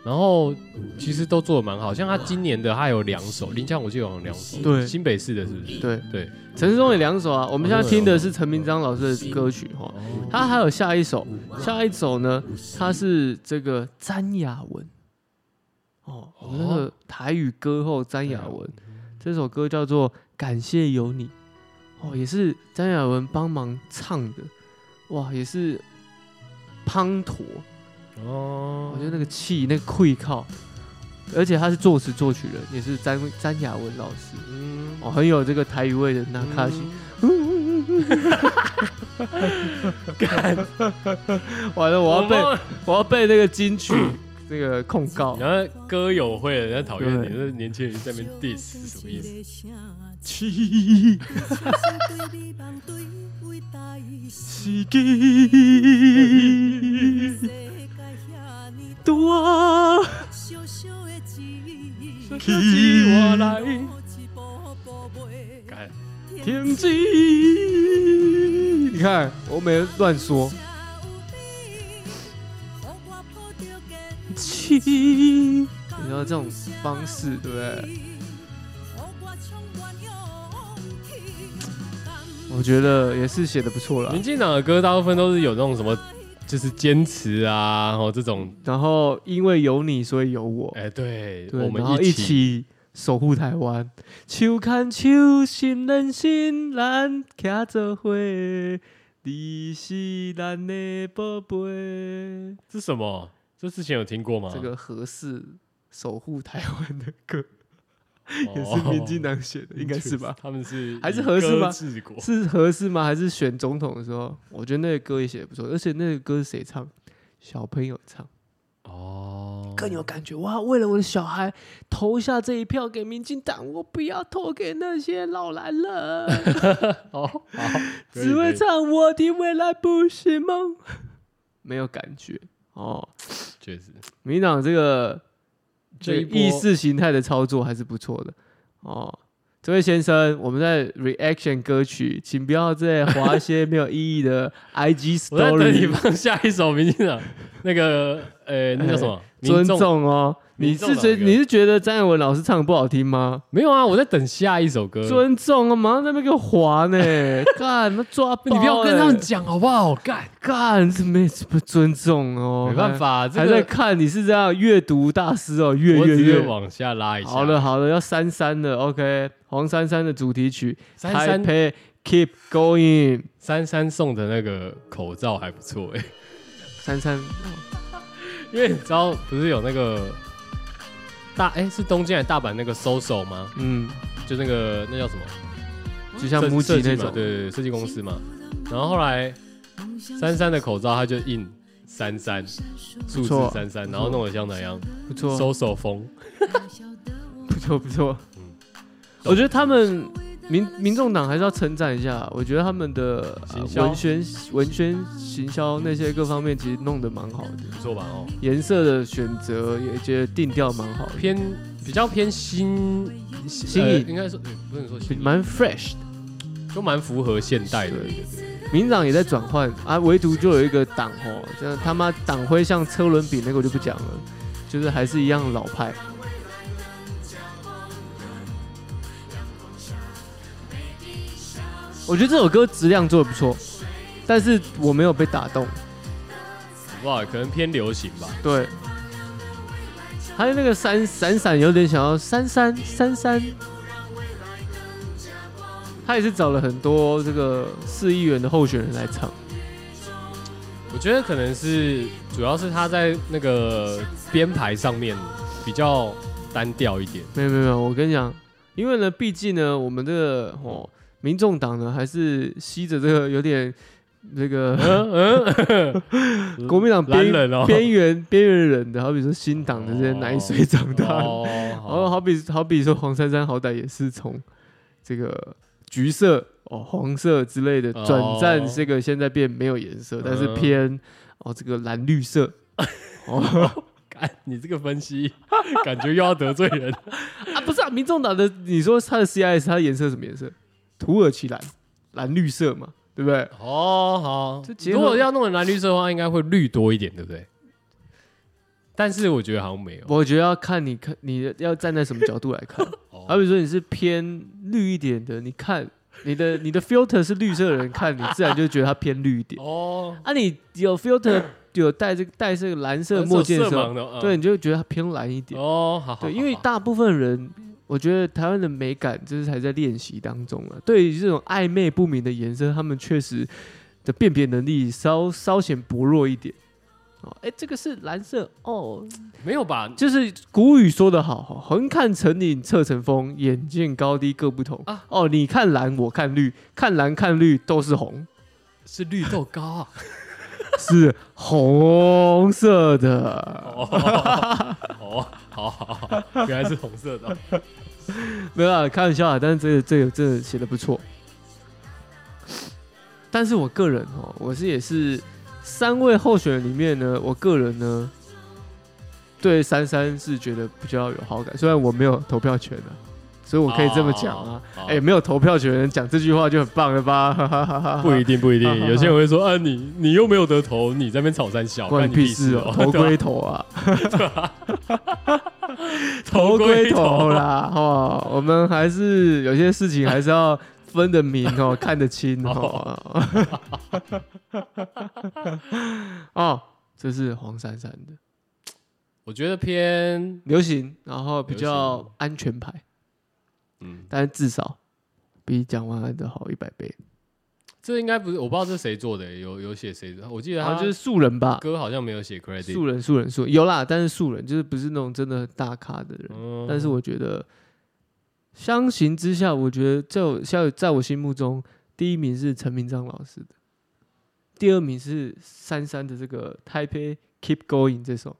Speaker 1: 然后其实都做的蛮好，像他今年的他有两首，林佳龙我记得有两首，
Speaker 2: 对
Speaker 1: 新北市的是不是？
Speaker 2: 对
Speaker 1: 对，
Speaker 2: 陈世忠也两首啊，我们现在听的是陈明章老师的歌曲哈，他还有下一首，下一首呢，他是这个詹雅文，哦，我们那个台语歌后詹雅文，这首歌叫做《感谢有你》，哦，也是詹雅文帮忙唱的，哇，也是滂沱，
Speaker 1: 哦
Speaker 2: 我觉得那个气，那个溃靠，而且他是作词作曲人，也是詹詹雅文老师，
Speaker 1: 嗯，
Speaker 2: 哦，很有这个台语味的那卡西。嗯嗯 完了，我要被
Speaker 1: 我
Speaker 2: 我要被那个金曲那个控 告。
Speaker 1: 然后歌友会的人在讨厌你，
Speaker 2: 对
Speaker 1: 这年轻人在那边 diss 是什么意思？
Speaker 2: 七
Speaker 5: 思。
Speaker 2: 七多起我来
Speaker 1: 干
Speaker 2: 天际。你看，我没乱说。七，你知道这种方式哎对不对？我觉得也是写的不错了
Speaker 1: 民。进党的歌大部分都是有那种什么，就是坚持啊，然后这种，
Speaker 2: 然后因为有你，所以有我。
Speaker 1: 哎，对，
Speaker 2: 对，
Speaker 1: 我们
Speaker 2: 然后
Speaker 1: 一
Speaker 2: 一起守护台湾。手牵手，心连心，咱徛做伙，你是咱的宝贝。
Speaker 1: 这什么？这之前有听过吗？哦
Speaker 2: 这个合适守护台湾的歌，也
Speaker 1: 也
Speaker 2: 是民 进，党写的，应该是吧？
Speaker 1: 他们是
Speaker 2: 还是合适吗
Speaker 1: 以歌治国
Speaker 2: 是合适吗？还是选总统的时候？我觉得那个歌也写的不错，而且那个歌是谁唱？小朋友唱，
Speaker 1: 哦，
Speaker 2: 更有感觉。哇！为了我的小孩投下这一票给民进党，我不要投给那些老男人。
Speaker 1: 哦，好，可以
Speaker 2: 只
Speaker 1: 可
Speaker 2: 会
Speaker 1: 以
Speaker 2: 唱我的未来不是梦，没有感觉哦。
Speaker 1: 确实，
Speaker 2: 民进党这个
Speaker 1: 这一
Speaker 2: 这个
Speaker 1: 波
Speaker 2: 意识形态的操作还是不错的哦。这位先生，我们在 reaction 歌曲，请不要再划一些没有意 义的 IG
Speaker 1: 我在等你
Speaker 2: story，
Speaker 1: 放下一首民 进党那个呃，那叫什么？
Speaker 2: 哎尊
Speaker 1: 民众
Speaker 2: 重哦。你
Speaker 1: 民众啊
Speaker 2: 是
Speaker 1: 老
Speaker 2: 觉
Speaker 1: 歌
Speaker 2: 你是觉得张雅文老师唱的不好听吗？
Speaker 1: 没有啊，我在等下一首歌。
Speaker 2: 尊重啊，马上在那边给我 划呢，干那抓包、
Speaker 1: 你不要跟他
Speaker 2: 哎
Speaker 1: 们讲好不好？干，
Speaker 2: 干，这没什么尊重哦，
Speaker 1: 没办法，这
Speaker 2: 还
Speaker 1: 个
Speaker 2: 在看，你是这样阅读大师哦，阅
Speaker 1: 我
Speaker 2: 阅
Speaker 1: 只是
Speaker 2: 阅。
Speaker 1: 往下拉一下。
Speaker 2: 好了，好了，要三三了，OK。黄珊珊的主题曲《
Speaker 1: 珊
Speaker 2: 台
Speaker 1: 珊
Speaker 2: 北 Keep Going》，
Speaker 1: 珊珊送的那个口罩还不错哎、
Speaker 2: 珊珊
Speaker 1: 因为你知道不是有那个大哎、是东京还是大阪那个搜手吗？
Speaker 2: 嗯，
Speaker 1: 就那个那叫什么？
Speaker 2: 就像母
Speaker 1: 设
Speaker 2: 鸡
Speaker 1: 计
Speaker 2: 那
Speaker 1: 嘛
Speaker 2: 种，
Speaker 1: 对对对，设计公司嘛。然后后来珊珊的口罩，它就印珊珊，数
Speaker 2: 不
Speaker 1: 字
Speaker 2: 错
Speaker 1: 珊珊，然后弄得像那样
Speaker 2: 不错，
Speaker 1: 收手风。
Speaker 2: 不错，不错
Speaker 1: 嗯。
Speaker 2: 我觉得他们民民众党还是要称赞一下，我觉得他们的、呃
Speaker 1: 行销
Speaker 2: 文宣文宣行销那些各方面其实弄得蛮好的，
Speaker 1: 不错吧？哦，
Speaker 2: 颜色的选择也觉得定调蛮好的，
Speaker 1: 偏比较偏新新
Speaker 2: 颖
Speaker 1: 应该说呃不能说新颖，
Speaker 2: 蛮 fresh 的。
Speaker 1: 就蛮符合现代的。
Speaker 2: 民党也在转换啊，唯独就有一个党哦，这他妈党徽像车轮饼那个我就不讲了，就是还是一样老派。我觉得这首歌质量做的不错，但是我没有被打动。
Speaker 1: 哇，可能偏流行吧。
Speaker 2: 对，还有那个闪闪闪，有点想要闪闪闪闪。他也是找了很多这个市议员的候选人来唱。
Speaker 1: 我觉得可能是主要是他在那个编排上面比较单调一点。
Speaker 2: 没有没有没有，我跟你讲，因为呢，毕竟呢，我们这个哦，民众党呢还是吸着这个有点那 个
Speaker 1: 嗯嗯，
Speaker 2: 国民党
Speaker 1: 蓝
Speaker 2: 边
Speaker 1: 人哦，
Speaker 2: 边缘边缘人的，好比说新党的这些奶水长大的，
Speaker 1: 哦，
Speaker 2: 然后好比好比说黄珊珊，好歹也是从这个橘色、哦黄色之类的
Speaker 1: 哦
Speaker 2: 转战这个现在变没有颜色，但是
Speaker 1: 嗯
Speaker 2: 偏哦这个蓝 绿色。哦
Speaker 1: 看你这个分析， 感觉又要得罪人。
Speaker 2: 啊，不是啊，民众党的你说它的 CIS 它的颜色什么颜色？土耳其蓝，蓝绿色嘛，对不对？
Speaker 1: 哦，
Speaker 2: 这
Speaker 1: 好。
Speaker 2: 结合
Speaker 1: 如果要弄成蓝绿色的话，应该会绿多一点，对不对？但是我觉得好像没有。
Speaker 2: 我觉得要看你看你要站在什么角度来看。
Speaker 1: 哦
Speaker 2: 好比说你是偏绿一点的，你看你的你的 filter 是绿色的人看，你自然就觉得它偏绿一点。
Speaker 1: 哦，
Speaker 2: 啊，你有 filter 有戴这个戴这个蓝色的
Speaker 1: 墨
Speaker 2: 墨
Speaker 1: 镜
Speaker 2: 镜的时
Speaker 1: 盲
Speaker 2: 候，
Speaker 1: 的，嗯
Speaker 2: 对，你就觉得它偏蓝一点。
Speaker 1: 哦，好好，
Speaker 2: 对，
Speaker 1: 好
Speaker 2: 因为
Speaker 1: 好
Speaker 2: 大部分人，我觉得台湾的美感就是还在练习当中啊。对于这种暧昧不明的颜色，他们确实的辨别能力稍稍显薄弱一点。哦，哎，这个是蓝色哦，
Speaker 1: 没有吧？
Speaker 2: 就是古语说的好，哦横看成岭侧成峰，眼见高低各不同
Speaker 1: 啊
Speaker 2: 哦，你看蓝，我看绿，看蓝看绿都是红，
Speaker 1: 是绿豆糕啊。
Speaker 2: 是红色的。
Speaker 1: 哦，好好好，原来是红色的。
Speaker 2: 没有啦，开玩笑啊，但是这个这个这个写的不错。但是我个人哦，我是也是三位候选人里面呢，我个人呢对珊珊是觉得比较有好感，虽然我没有投票权啊，所以 我可以这么讲啊。哎、
Speaker 1: 哦
Speaker 2: 没有投票权的人讲这句话就很棒了吧？哈哈哈 哈哈
Speaker 1: 不一定，不一定
Speaker 2: 好好。好
Speaker 1: 有些人会说啊，你你又没有得投，你在那边吵三小，
Speaker 2: 关
Speaker 1: 关
Speaker 2: 你屁事 哦，头
Speaker 1: 对
Speaker 2: 归
Speaker 1: 啊
Speaker 2: 头啊，
Speaker 1: 头
Speaker 2: 归
Speaker 1: 归
Speaker 2: 头啊
Speaker 1: 头啦。
Speaker 2: 啦，哦，我们还是有些事情还是要分得明 哦，看得清哦。 哦，这是黄珊珊的
Speaker 1: 我觉得偏
Speaker 2: 流行，然后比
Speaker 1: 流
Speaker 2: 较
Speaker 1: 行
Speaker 2: 安全牌，
Speaker 1: 嗯，
Speaker 2: 但是至少比蒋万安的好一百倍，
Speaker 1: 这应该不是，我不知道这是谁做的，有有写谁的？我记得
Speaker 2: 然
Speaker 1: 他
Speaker 2: 后就
Speaker 1: 就是是
Speaker 2: 素人吧，
Speaker 1: 歌好像没有写 credit，
Speaker 2: 素人素人素人有啦，但是素人就是不是那种真的很大咖的人，
Speaker 1: 嗯
Speaker 2: 但是我觉得，相形之下，我觉得在我在在我心目中，第一名是陈明章老师的，第二名是珊珊的这个《Taipei Keep Going》这首，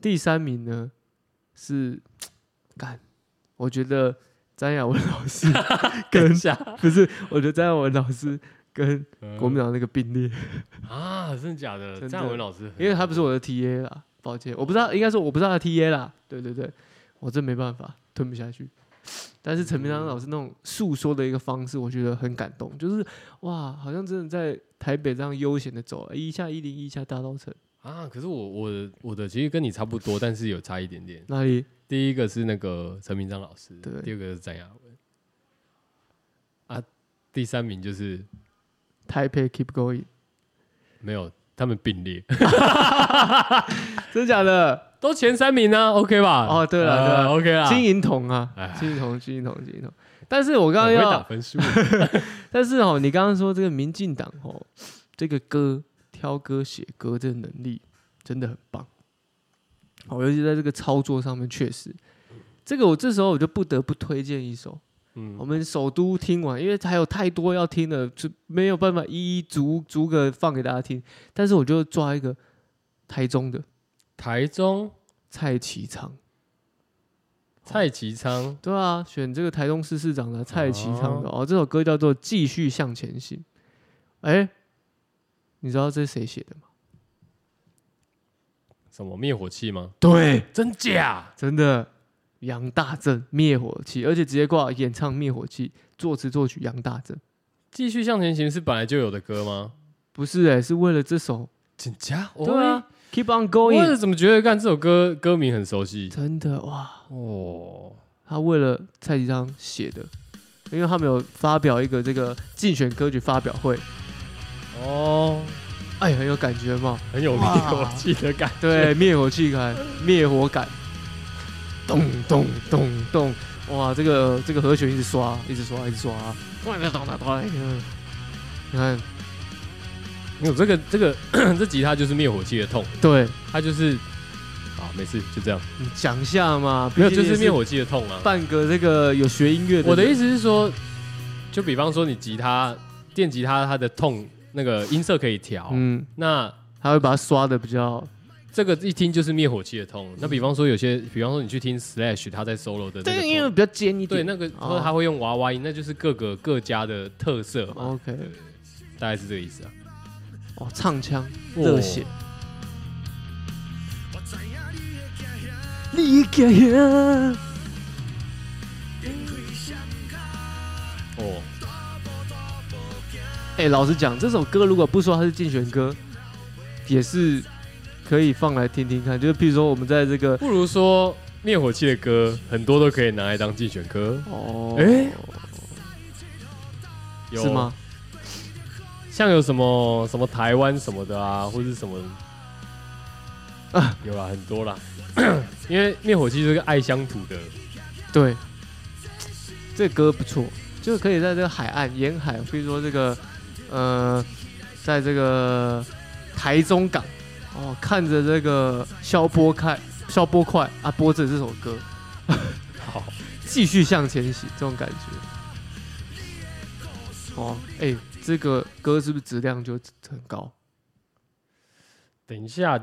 Speaker 2: 第三名呢是，干，我觉得张雅文老师跟
Speaker 1: 下
Speaker 2: 不是，我觉得张雅文老师跟
Speaker 1: 嗯
Speaker 2: 国民党那个并列，
Speaker 1: 啊，真的假的？
Speaker 2: 真的
Speaker 1: 赞文老师，
Speaker 2: 因为他不是我的 TA 啦，抱歉，我不知道，应该说我不知道他 TA 啦。对对对，我真没办法，吞不下去。但是陈明章老师那种诉说的一个方式，我觉得很感动，就是哇，好像真的在台北这样悠闲的走，一下一零一下大稻城
Speaker 1: 啊，可是我我的我的其实跟你差不多，但是有差一点点。
Speaker 2: 那里，
Speaker 1: 第一个是那个陈明章老师，
Speaker 2: 对
Speaker 1: 第二个是詹雅文，啊，第三名就是
Speaker 2: 台北 Keep Going，
Speaker 1: 没有，他们并 列，
Speaker 2: 真的假的？
Speaker 1: 都前三名呢、o k 吧？
Speaker 2: 哦对了
Speaker 1: 呃
Speaker 2: 对了
Speaker 1: o k 啦。
Speaker 2: 金银铜啊
Speaker 1: 哎，
Speaker 2: 金银铜，金银铜，金银铜。但是我
Speaker 1: 我
Speaker 2: 刚刚
Speaker 1: 会打
Speaker 2: 要，
Speaker 1: 分数，
Speaker 2: 但是哦，你刚刚说这个民进党哦，这个歌挑歌写歌这个能力真的很棒。哦，尤其在这个操作上面，确实，这个我这时候我就不得不推荐一首，我
Speaker 1: 嗯，
Speaker 2: 们首都听完，因为还有太多要听的，就没有办法一一逐逐个放给大家听。但是我就抓一个台中的
Speaker 1: 台中
Speaker 2: 蔡其昌，
Speaker 1: 蔡其昌，
Speaker 2: 对啊，选这个台中市市长的蔡其昌的哦这首歌叫做《继续向前行》。哎，你知道这是谁写的吗？
Speaker 1: 什么灭火器吗？
Speaker 2: 对，
Speaker 1: 真假？
Speaker 2: 真的，杨大正灭火器，而且直接挂演唱灭火器，作词作曲杨大正，
Speaker 1: 继续向前行是本来就有的歌吗？
Speaker 2: 不是哎、是为了这首，
Speaker 1: 真假？
Speaker 2: 对啊，Keep on
Speaker 1: 我也
Speaker 2: going，
Speaker 1: 怎么觉得干这首歌歌名很熟悉
Speaker 2: 真的哇，
Speaker 1: 哦？
Speaker 2: 他为了蔡其昌写的，因为他们有发表一个这个竞选歌曲发表会，
Speaker 1: 哦，
Speaker 2: 哎，很有感觉嘛，
Speaker 1: 很有灭火器的感觉。
Speaker 2: 对，灭火器感，灭火感，咚咚咚咚，哇，这个这个和弦一直刷，一直刷，一直刷，咚咚咚咚哎嗯咚，你看，
Speaker 1: 没有这个这个 这吉他就是灭火器的痛，
Speaker 2: 对。
Speaker 1: 它就是啊，没事，就这样。
Speaker 2: 你讲一下嘛，
Speaker 1: 没有，
Speaker 2: 毕竟
Speaker 1: 就
Speaker 2: 你
Speaker 1: 是灭
Speaker 2: 是
Speaker 1: 火器的痛啊。
Speaker 2: 半个这个有学音乐的人。
Speaker 1: 我的意思是说，就比方说你吉他电吉他它的痛那个音色可以调，
Speaker 2: 嗯，
Speaker 1: 那
Speaker 2: 他会把它刷的比较
Speaker 1: 这个一听就是灭火器的痛。那比方说有些，比方说你去听 Slash 他在 solo 的那
Speaker 2: 这
Speaker 1: 个
Speaker 2: 个因为
Speaker 1: 痛，
Speaker 2: 比较尖一
Speaker 1: 对
Speaker 2: 点。
Speaker 1: 那个
Speaker 2: 哦
Speaker 1: 或者他会用娃娃音，那就是各个各家的特色嘛，
Speaker 2: OK，
Speaker 1: 大概是这个意思啊。
Speaker 2: 哦，唱腔
Speaker 1: 哦
Speaker 2: 热血。你家呀，
Speaker 1: 哦，
Speaker 2: 哎，老实讲，这首歌如果不说它是竞选歌，也是可以放来听听看。就是譬如说，我们在这个
Speaker 1: 不如说灭火器的歌很多都可以拿来当竞选歌，
Speaker 2: 哦，
Speaker 1: 哎有
Speaker 2: 是吗？？
Speaker 1: 像有什么什么台湾什么的啊，或是什么啊，有啦，很多啦。 因为灭火器就是个爱乡土的，
Speaker 2: 对，这歌不错，就是可以在这个海岸沿海，比如说这个呃，在这个台中港哦，看着这个消波快消波快啊，播着这首歌，
Speaker 1: 好，
Speaker 2: 继续向前行，这种感觉。哦，哎、这个歌是不是质量就很高？
Speaker 1: 等一下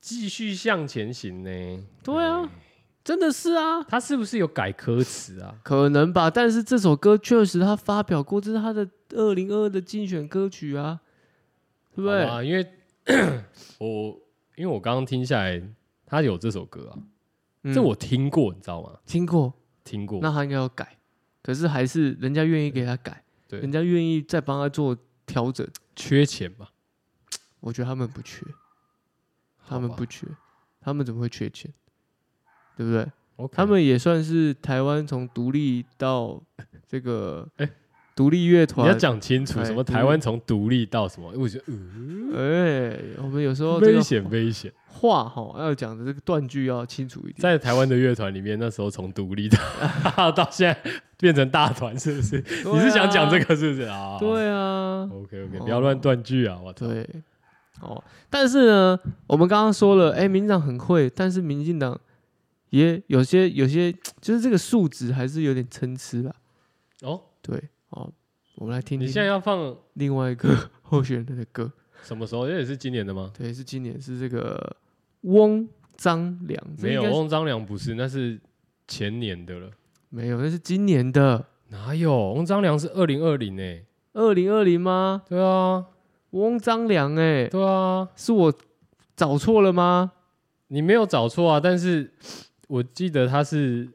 Speaker 1: 继续向前行呢。
Speaker 2: 对啊
Speaker 1: 哎，
Speaker 2: 真的是啊，
Speaker 1: 他是不是有改歌词啊？
Speaker 2: 可能吧，但是这首歌确实他发表过，这是他的二零二二的竞选歌曲啊，对不对？
Speaker 1: 啊，因为 我因为我刚刚听下来，他有这首歌啊，
Speaker 2: 嗯
Speaker 1: 这我听过，你知道吗？
Speaker 2: 听过，
Speaker 1: 听过。
Speaker 2: 那他应该要改，可是还是人家愿意给他改，
Speaker 1: 对
Speaker 2: 人家愿意再帮他做调整，
Speaker 1: 缺钱吧？
Speaker 2: 我觉得他们不缺，他们
Speaker 1: 好吧
Speaker 2: 不缺，他们怎么会缺钱？对不对？
Speaker 1: OK
Speaker 2: 他们也算是台湾从独立到 这个
Speaker 1: 哎
Speaker 2: 独立乐团，
Speaker 1: 你要讲清楚，
Speaker 2: 哎
Speaker 1: 什么
Speaker 2: 独
Speaker 1: 台
Speaker 2: 立
Speaker 1: 湾从独立到什么？我觉得
Speaker 2: 哎，我们有时候这
Speaker 1: 危
Speaker 2: 个
Speaker 1: 险危险。
Speaker 2: 话哈要讲的这个断句要清楚一点。
Speaker 1: 在台湾的乐团里面，那时候从独立到 到现在变成大团，是不是？
Speaker 2: 对
Speaker 1: 你是想讲
Speaker 2: 啊
Speaker 1: 这？个是不是啊？
Speaker 2: 对啊，
Speaker 1: ，OK
Speaker 2: 哦
Speaker 1: OK，不要乱断句啊！我操，
Speaker 2: 对，哦，但是呢，我们刚刚说了，哎，民进党很会，但是民进党也有些有些，就是这个素质还是有点参差啦。
Speaker 1: 哦，
Speaker 2: 对，哦，我们来听
Speaker 1: 你现在
Speaker 2: 听
Speaker 1: 要放
Speaker 2: 另外一个候选人的歌，
Speaker 1: 什么时候？这也是今年的吗？
Speaker 2: 对，是今年是这个翁张良，这
Speaker 1: 没有，
Speaker 2: 应该是
Speaker 1: 翁张良不是，那是前年的了。
Speaker 2: 没有，那是今年的
Speaker 1: 哪有？翁张良是二零二零诶。
Speaker 2: 二零二零吗？
Speaker 1: 对啊，
Speaker 2: 翁张良、诶，哎，
Speaker 1: 对啊，
Speaker 2: 是我找错了吗？
Speaker 1: 你没有找错啊，但是我记得他是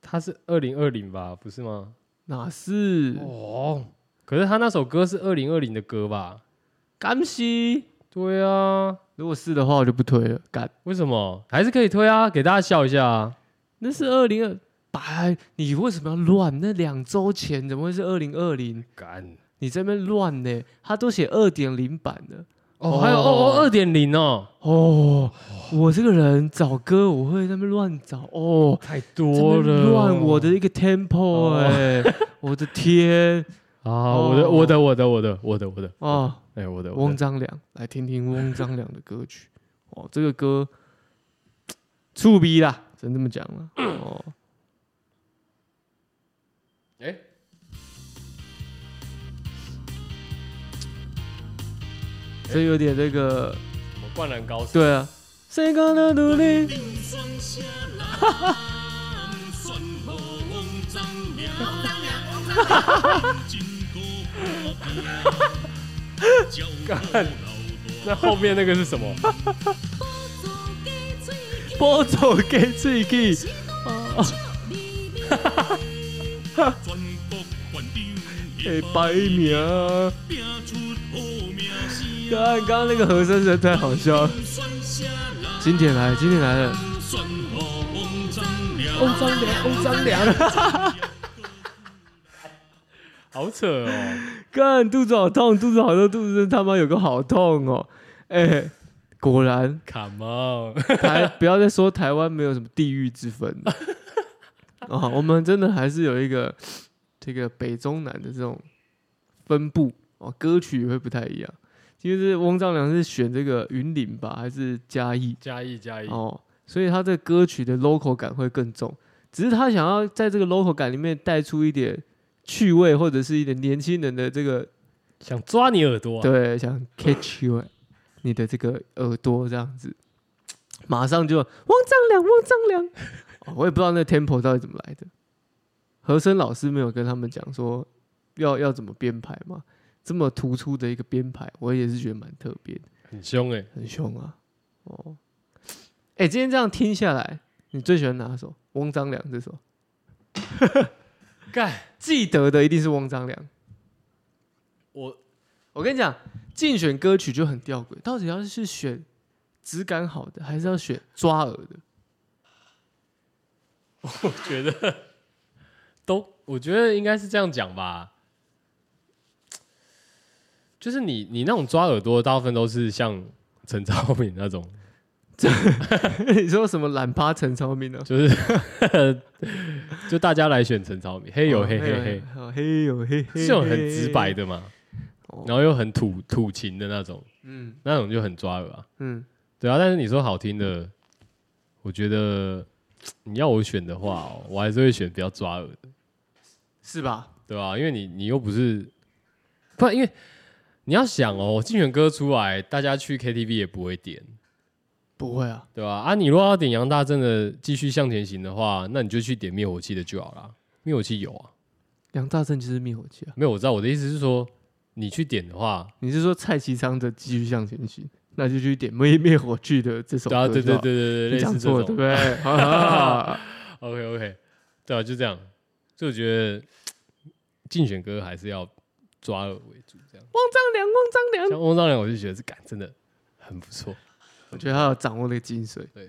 Speaker 1: 他是二零二零吧，不是吗？
Speaker 2: 哪是？
Speaker 1: 哦，可是他那首歌是二零二零的歌吧？
Speaker 2: 甘西。
Speaker 1: 对啊，
Speaker 2: 如果是的话，我就不推了。干，
Speaker 1: 为什么？还是可以推啊，给大家笑一下啊。
Speaker 2: 那是二零二，白，你为什么要乱？那两周前怎么会是二零二零？
Speaker 1: 干
Speaker 2: 你这边乱呢？他都写二点零版的
Speaker 1: 哦，还有哦哦二点零哦，
Speaker 2: 哦。我这个人找歌我会在那边乱找哦，
Speaker 1: 太
Speaker 2: 在
Speaker 1: 多
Speaker 2: 那边
Speaker 1: 了，
Speaker 2: 乱我的一个 tempo
Speaker 1: 哦
Speaker 2: 哎、我的天
Speaker 1: 啊，我的
Speaker 2: 哦
Speaker 1: 我的我的我的我的我的，
Speaker 2: 哦！
Speaker 1: 哎我的我
Speaker 2: 翁
Speaker 1: 的，
Speaker 2: 张良，来听听翁张良的歌曲哦。这个歌触逼啦，只能这么讲了哦。
Speaker 1: 哎，
Speaker 2: 这有点这个，
Speaker 1: 什么灌篮高手？
Speaker 2: 对啊，谁讲的独立？
Speaker 1: 那后面那个是什么？
Speaker 2: 波走给自己，给白名。刚刚刚那个和声实在太好笑了。经典来，经典来了。翁张良，翁张良，
Speaker 1: 好扯哦！
Speaker 2: 干肚子好痛，肚子好痛，肚子真他妈有个好痛哦。哎、果然
Speaker 1: Come on，
Speaker 2: 台不要再说台湾没有什么地域之分 了啊、我们真的还是有一个这个北中南的这种分布哦，歌曲也会不太一样。因为这翁丈良是选这个云林吧，还是嘉义？
Speaker 1: 加一加一，
Speaker 2: 哦，所以他这个歌曲的 local 感会更重，只是他想要在这个 local 感里面带出一点趣味，或者是一点年轻人的这个
Speaker 1: 想抓你耳朵啊！
Speaker 2: 对，想 catch you 哎你的这个耳朵这样子，马上就汪丈量，汪丈量、 哦我也不知道那 tempo 到底怎么来的。和声老师没有跟他们讲说要要怎么编排嘛，这么突出的一个编排，我也是觉得蛮特别的，
Speaker 1: 很凶哎、
Speaker 2: 很凶啊。哦，哎、今天这样听下来，你最喜欢哪首？汪张良这首，
Speaker 1: 干，
Speaker 2: 记得的一定是汪张良。
Speaker 1: 我
Speaker 2: 我跟你讲，竞选歌曲就很吊诡，到底要是选质感好的，还是要选抓耳的？
Speaker 1: 我觉得都，我觉得应该是这样讲吧。就是你你那种抓耳朵，大部分都是像陈超敏那种，
Speaker 2: 你说什么懒趴陈超明啊呢？
Speaker 1: 就是就大家来选陈超敏，嘿呦
Speaker 2: 哦
Speaker 1: 嘿嘿嘿，，
Speaker 2: 哦嘿呦嘿嘿，
Speaker 1: 这种很直白，的嘛
Speaker 2: 哦，
Speaker 1: 然后又很土土情的那种，
Speaker 2: 嗯
Speaker 1: 那种就很抓耳啊。
Speaker 2: 嗯，
Speaker 1: 对啊，但是你说好听的，我觉得你要我选的话哦、我还是会选比较抓耳的。
Speaker 2: 是吧？
Speaker 1: 对吧、因为你你又不是，不然因为你要想哦，竞选歌出来，大家去 KTV 也不会点，
Speaker 2: 不会啊，
Speaker 1: 对吧、啊？你如果要点杨大正的《继续向前行》的话，那你就去点灭火器的就好啦。灭火器有啊，
Speaker 2: 梁大正就是灭火器啊。
Speaker 1: 没有我知道我的意思是说，你去点的话，
Speaker 2: 你是说蔡其昌的《继续向前行》，那就去点灭灭火器的这首
Speaker 1: 对啊，
Speaker 2: 歌
Speaker 1: 对
Speaker 2: 就
Speaker 1: 对
Speaker 2: 好，
Speaker 1: 对对对，类
Speaker 2: 你讲
Speaker 1: 似
Speaker 2: 错
Speaker 1: 这
Speaker 2: 了对不
Speaker 1: 种
Speaker 2: 对？啊
Speaker 1: OK OK，对啊，就这样。所以我觉得竞选歌还是要抓耳为主，这样。
Speaker 2: 张良，汪张良，
Speaker 1: 像翁章良，我就觉得这感真的很不错。
Speaker 2: 我觉得他有掌握那个精髓。
Speaker 1: 对，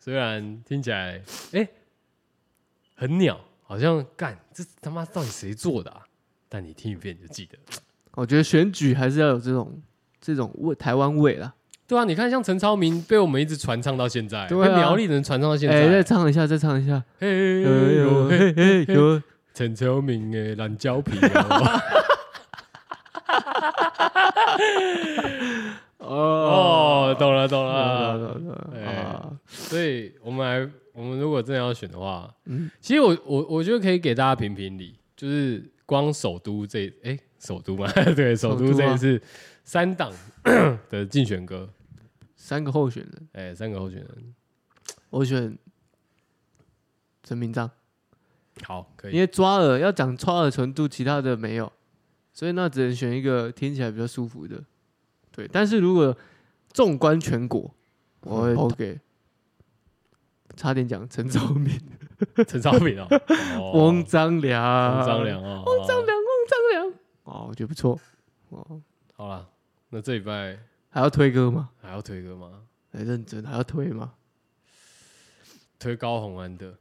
Speaker 1: 虽然听起来哎、很鸟，好像干这他妈到底谁做的啊？但你听一遍你就记得。
Speaker 2: 我觉得选举还是要有这种这种味台湾味啦。
Speaker 1: 对啊，你看像陈超明被我们一直传唱到现在，
Speaker 2: 对啊
Speaker 1: 被苗栗人传唱到现
Speaker 2: 哎、再
Speaker 1: 在。
Speaker 2: 唱一下，再唱一下。
Speaker 1: 嘿
Speaker 2: 哎呦
Speaker 1: 呦嘿，
Speaker 2: 嘿嘿呦，
Speaker 1: 陈超明的蓝胶皮啊哦，懂了懂了。哎
Speaker 2: 啊，
Speaker 1: 所以我们来，我们如果真的要选的话，
Speaker 2: 嗯
Speaker 1: 其实我我我觉得可以给大家评评理，就是光首都这哎、首都嘛， 对，首
Speaker 2: 首
Speaker 1: 都
Speaker 2: 都啊
Speaker 1: 这一次三党 的竞选歌，
Speaker 2: 三个候选人，
Speaker 1: 哎、三个候选人，
Speaker 2: 我选陈明章，
Speaker 1: 好，可
Speaker 2: 因
Speaker 1: 以，
Speaker 2: 为抓耳要讲抓耳纯度，其他的没有，所以那只能选一个听起来比较舒服的。对，但是如果纵观全国，我
Speaker 1: 嗯
Speaker 2: 会投给。差点讲陈昭明、
Speaker 1: 嗯陈超 明哦，哦
Speaker 2: 翁啊章良、
Speaker 1: 翁章良、哦，
Speaker 2: 汪张良、汪张良，哦，我觉得不错哦。
Speaker 1: 好啦，那这礼拜
Speaker 2: 还要推歌吗？
Speaker 1: 还要推歌吗？
Speaker 2: 很认真，还要推吗？
Speaker 1: 推高红安的，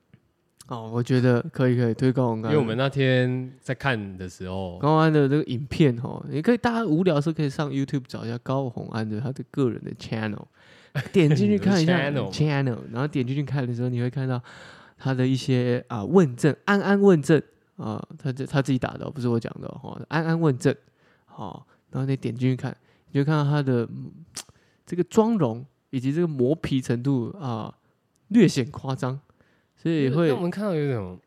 Speaker 2: 哦，我觉得可以，可以推高洪
Speaker 1: 因
Speaker 2: 安，
Speaker 1: 为我们那天在看的时候，
Speaker 2: 嗯高洪安的这个影片哦，你可以大家无聊的时候可以上 YouTube 找一下高洪安的他的个人的 channel，点进去看一下
Speaker 1: 你的
Speaker 2: channel，然后点进去看的时候，你会看到他的一些啊问政，安安问政啊，他这他自己打的哦，不是我讲的哦，哦安安问政，好、然后你点进去看，你就看到他的嗯这个妆容以及这个磨皮程度啊，略显夸张，所以会
Speaker 1: 嗯那我们看到有一种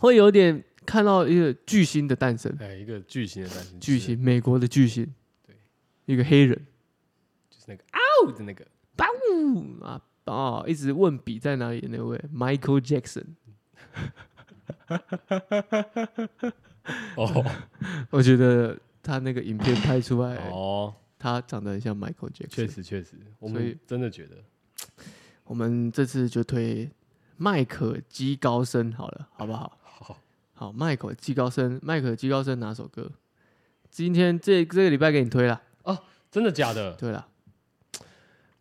Speaker 2: 会有点看到一个巨星的诞生，
Speaker 1: 哎一个巨型的男生，
Speaker 2: 巨星，美国的巨星，
Speaker 1: 对，
Speaker 2: 一个黑人，
Speaker 1: 就是那个嗷的 那个，
Speaker 2: 嗯啊哦，一直问笔在哪里的那位 Michael Jackson，
Speaker 1: 哦
Speaker 2: 我觉得他那个影片拍出来，
Speaker 1: 哦，
Speaker 2: 他长得很像 Michael Jackson，
Speaker 1: 确，实确实，我
Speaker 2: 所以
Speaker 1: 们真的觉得
Speaker 2: 我们这次就推迈克基高升好了，好不好？
Speaker 1: 好。
Speaker 2: 好，迈克基高升，迈克基高升哪首歌？今天这这个礼拜给你推了，
Speaker 1: 真的假的？
Speaker 2: 对了，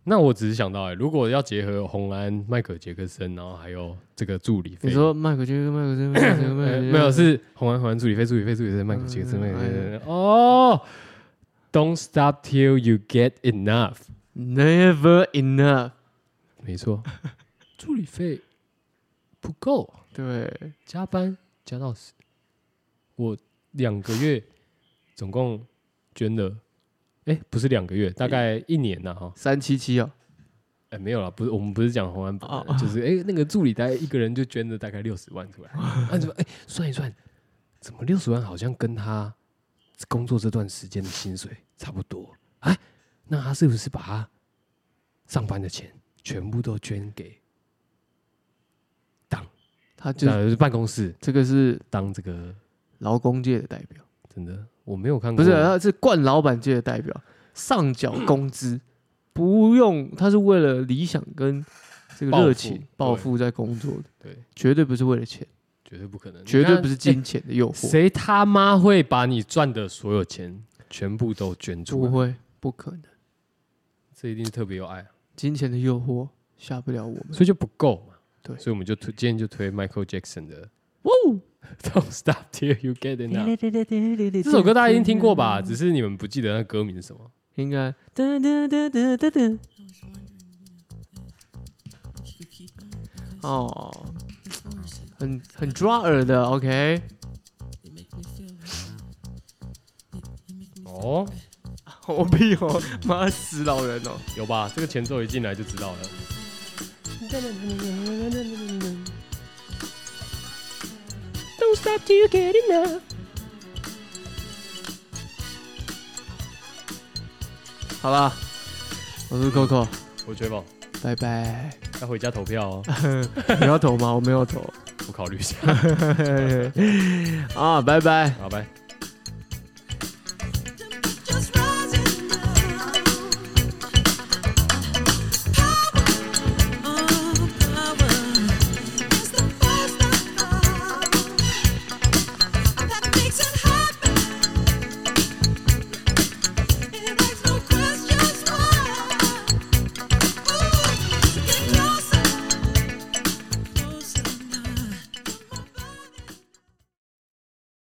Speaker 1: 那我只是想到、欸，如果要结合红安、迈克尔·杰克森，然后还有这个助理费，
Speaker 2: 你说迈克杰克，迈克杰克，迈克杰克
Speaker 1: 呃、
Speaker 2: 迈克杰克
Speaker 1: 没有是红安、红安助理费、助理费、助理费、迈克尔·杰克森、
Speaker 2: 嗯
Speaker 1: 迈克尔·杰克
Speaker 2: 哎
Speaker 1: 森。哦，Don't stop till you get enough，
Speaker 2: Never enough。
Speaker 1: 没错，助理费不够，
Speaker 2: 对，
Speaker 1: 加班加到死。我两个月总共捐了，哎、不是两个月，大概一年了哈。
Speaker 2: 三七七哦，
Speaker 1: 哎、没有啦，不是，我们不是讲红安本人
Speaker 2: 哦
Speaker 1: 就是哎、那个助理大概一个人就捐了大概六十万 出来，啊，怎么哎、算一算，怎么六十万好像跟他工作这段时间的薪水差不多？哎、那他是不是把他上班的钱全部都捐给
Speaker 2: 他就
Speaker 1: 呃办公室
Speaker 2: 这个是
Speaker 1: 当这个？
Speaker 2: 劳工界的代表，
Speaker 1: 真的我没有看
Speaker 2: 不
Speaker 1: 过，
Speaker 2: 是啊他是冠老板界的代表，上缴工资，不用，他是为了理想跟这个
Speaker 1: 抱负
Speaker 2: 热情暴
Speaker 1: 对
Speaker 2: 富在工作的，
Speaker 1: 对，
Speaker 2: 绝对不是为了钱，
Speaker 1: 绝对不可能，
Speaker 2: 绝
Speaker 1: 你
Speaker 2: 对
Speaker 1: 看
Speaker 2: 不是
Speaker 1: 哎
Speaker 2: 金钱的诱惑，
Speaker 1: 谁他妈会把你赚的所有钱全部都捐出
Speaker 2: 不
Speaker 1: 来？
Speaker 2: 会，不可能，
Speaker 1: 这一定是特别有爱啊、
Speaker 2: 金钱的诱惑下不了我们。
Speaker 1: 所以就不够嘛。
Speaker 2: 对
Speaker 1: 所以我们就推今天就推 Michael Jackson 的《Woo Don't Stop Till You Get Enough》这首歌大家一定听过吧？只是你们不记得那歌名是什么。
Speaker 2: 应该哦，很很抓耳的，OK，
Speaker 1: 哦，
Speaker 2: 我屁哦，妈死老人哦，
Speaker 1: 有吧？这个前奏一进来就知道了。Don't stop till you get enough。
Speaker 2: 好啦，我是 Coco，
Speaker 1: 我觉得吧，
Speaker 2: 拜拜。
Speaker 1: 要回家投票哦，
Speaker 2: 你要投吗？我没有投。
Speaker 1: 我考虑一下。
Speaker 2: 啊，拜拜。
Speaker 1: 好，拜。